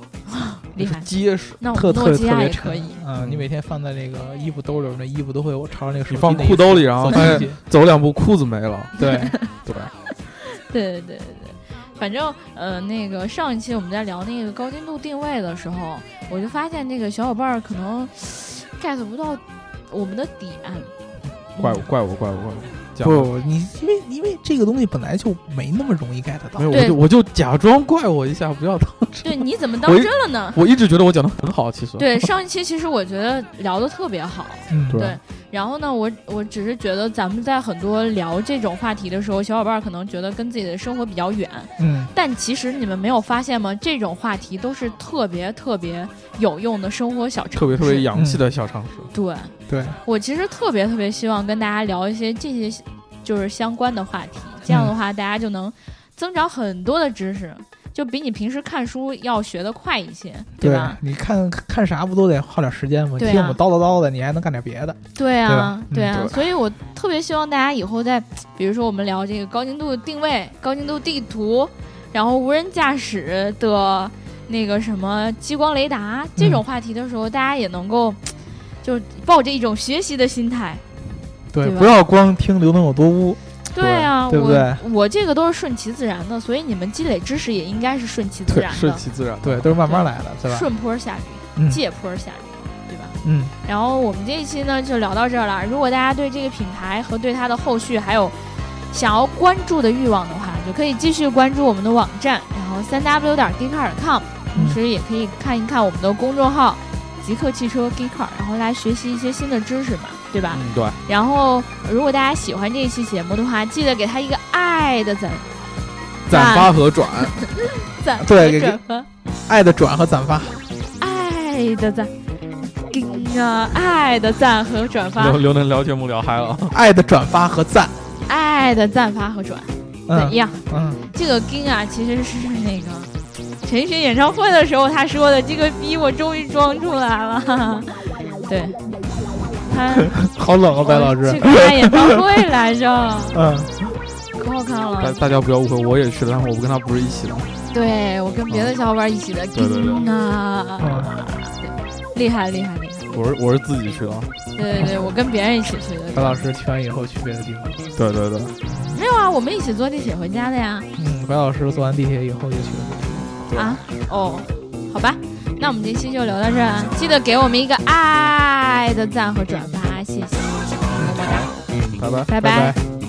Speaker 1: 厉
Speaker 3: 是
Speaker 1: 害。
Speaker 3: 结实。
Speaker 1: 那我
Speaker 2: 特
Speaker 1: 们诺
Speaker 2: 特
Speaker 1: 基
Speaker 2: 特
Speaker 1: 亚
Speaker 2: 别
Speaker 1: 也
Speaker 2: 沉
Speaker 1: 可以，
Speaker 2: 啊！你每天放在那个衣服兜里，那衣服都会有朝着那个手机
Speaker 3: 你放
Speaker 2: 那一
Speaker 3: 裤兜里然后
Speaker 2: 侧
Speaker 3: 发现
Speaker 2: 进去
Speaker 3: 走两步裤子没了，
Speaker 2: 对
Speaker 3: 对吧？
Speaker 1: 对对对对对，反正呃，那个上一期我们在聊那个高精度定位的时候，我就发现这个小伙伴儿可能 get 不到我们的点。
Speaker 3: 怪我怪我怪我怪我，讲吧
Speaker 2: 不，你因为因为这个东西本来就没那么容易 get 到
Speaker 3: 没有，，我
Speaker 1: 对
Speaker 3: 就我就假装怪我一下，不要当真。
Speaker 1: 对，你怎么当
Speaker 3: 我一
Speaker 1: 真了呢？
Speaker 3: 我一直觉得我讲的很好，其实。
Speaker 1: 对，上一期其实我觉得聊的特别好，
Speaker 2: 嗯
Speaker 3: 对
Speaker 1: 对，然后呢，我我只是觉得咱们在很多聊这种话题的时候，小伙伴儿可能觉得跟自己的生活比较远，
Speaker 2: 嗯，
Speaker 1: 但其实你们没有发现吗？这种话题都是特别特别有用的生活小常识，
Speaker 3: 特别特别洋气的小常识，
Speaker 1: 对
Speaker 2: 对，
Speaker 1: 我其实特别特别希望跟大家聊一些这些就是相关的话题，这
Speaker 2: 嗯
Speaker 1: 样的话大家就能增长很多的知识，就比你平时看书要学得快一些，
Speaker 2: 对
Speaker 1: 吧？，
Speaker 2: 你看看啥不都得耗点时间吗？
Speaker 1: 对啊
Speaker 2: 听我们叨叨叨的，你还能干点别的。
Speaker 1: 对
Speaker 2: 对
Speaker 1: 啊
Speaker 2: 吧，
Speaker 1: 对
Speaker 2: 嗯
Speaker 1: 啊，
Speaker 3: 对
Speaker 1: 所以我特别希望大家以后在，比如说我们聊这个高精度定位、高精度地图，然后无人驾驶的那个什么激光雷达这
Speaker 2: 嗯
Speaker 1: 种话题的时候，大家也能够就抱着一种学习的心态。
Speaker 2: 对
Speaker 1: 对吧
Speaker 2: 不要光听刘能有多污。
Speaker 1: 对啊，
Speaker 2: 对对不对
Speaker 1: 我我这个都是顺其自然的，所以你们积累知识也应该是顺其自
Speaker 3: 对
Speaker 1: 然，
Speaker 3: 顺
Speaker 1: 的，啊
Speaker 3: 其自然。
Speaker 2: 对，，都是慢慢来的，对吧？
Speaker 1: 顺坡下驴，
Speaker 2: 嗯
Speaker 1: 借坡下驴，对吧？
Speaker 2: 嗯，
Speaker 1: 然后我们这一期呢就聊到这儿了。如果大家对这个品牌和对它的后续还有想要关注的欲望的话，就可以继续关注我们的网站，然后三 w 点 geekcar.com，同
Speaker 2: 嗯
Speaker 1: 时也可以看一看我们的公众号“极客汽车 geekcar”，然后来学习一些新的知识嘛，对吧？
Speaker 3: 嗯，对，
Speaker 1: 然后如果大家喜欢这一期节目的话，记得给它一个爱的赞
Speaker 3: 转发和转，
Speaker 1: 赞和
Speaker 2: 对给
Speaker 1: 转发，
Speaker 2: 爱的转和转发，
Speaker 1: 爱的赞，给啊爱的赞和转发
Speaker 3: 刘，刘能聊节目聊嗨了，
Speaker 2: 爱的转发和赞，
Speaker 1: 爱的赞发和转。怎
Speaker 2: 嗯
Speaker 1: 样？
Speaker 2: 嗯，
Speaker 1: 这个金啊，其实是那个陈奕迅演唱会的时候他说的，这个逼我终于装出来了。 哈哈对，他
Speaker 2: 好冷啊，白老
Speaker 1: 我
Speaker 2: 师
Speaker 1: 去，看演唱会来 着，
Speaker 2: 嗯，
Speaker 1: 可好看啊
Speaker 3: 大
Speaker 1: 了。
Speaker 3: 大家不要误会，我也去了，但是我不跟他不是一起的。
Speaker 1: 对我跟别的小伙伴一起的
Speaker 3: 对对对
Speaker 1: 金啊，
Speaker 2: 嗯，
Speaker 1: 厉害厉害厉害！
Speaker 3: 我是我是自己去的，
Speaker 1: 对对对，我跟别人一起去的。
Speaker 2: 白老师去完以后去别的地方。
Speaker 3: 对对对，
Speaker 1: 没有啊，我们一起坐地铁回家的呀。
Speaker 2: 嗯，白老师坐完地铁以后就去了。
Speaker 3: 对
Speaker 1: 啊，哦，好吧，那我们这期就聊到这儿啊，记得给我们一个爱的赞和转发，谢谢，么么哒。
Speaker 3: 嗯，拜拜。
Speaker 1: 拜
Speaker 2: 拜
Speaker 1: 拜
Speaker 2: 拜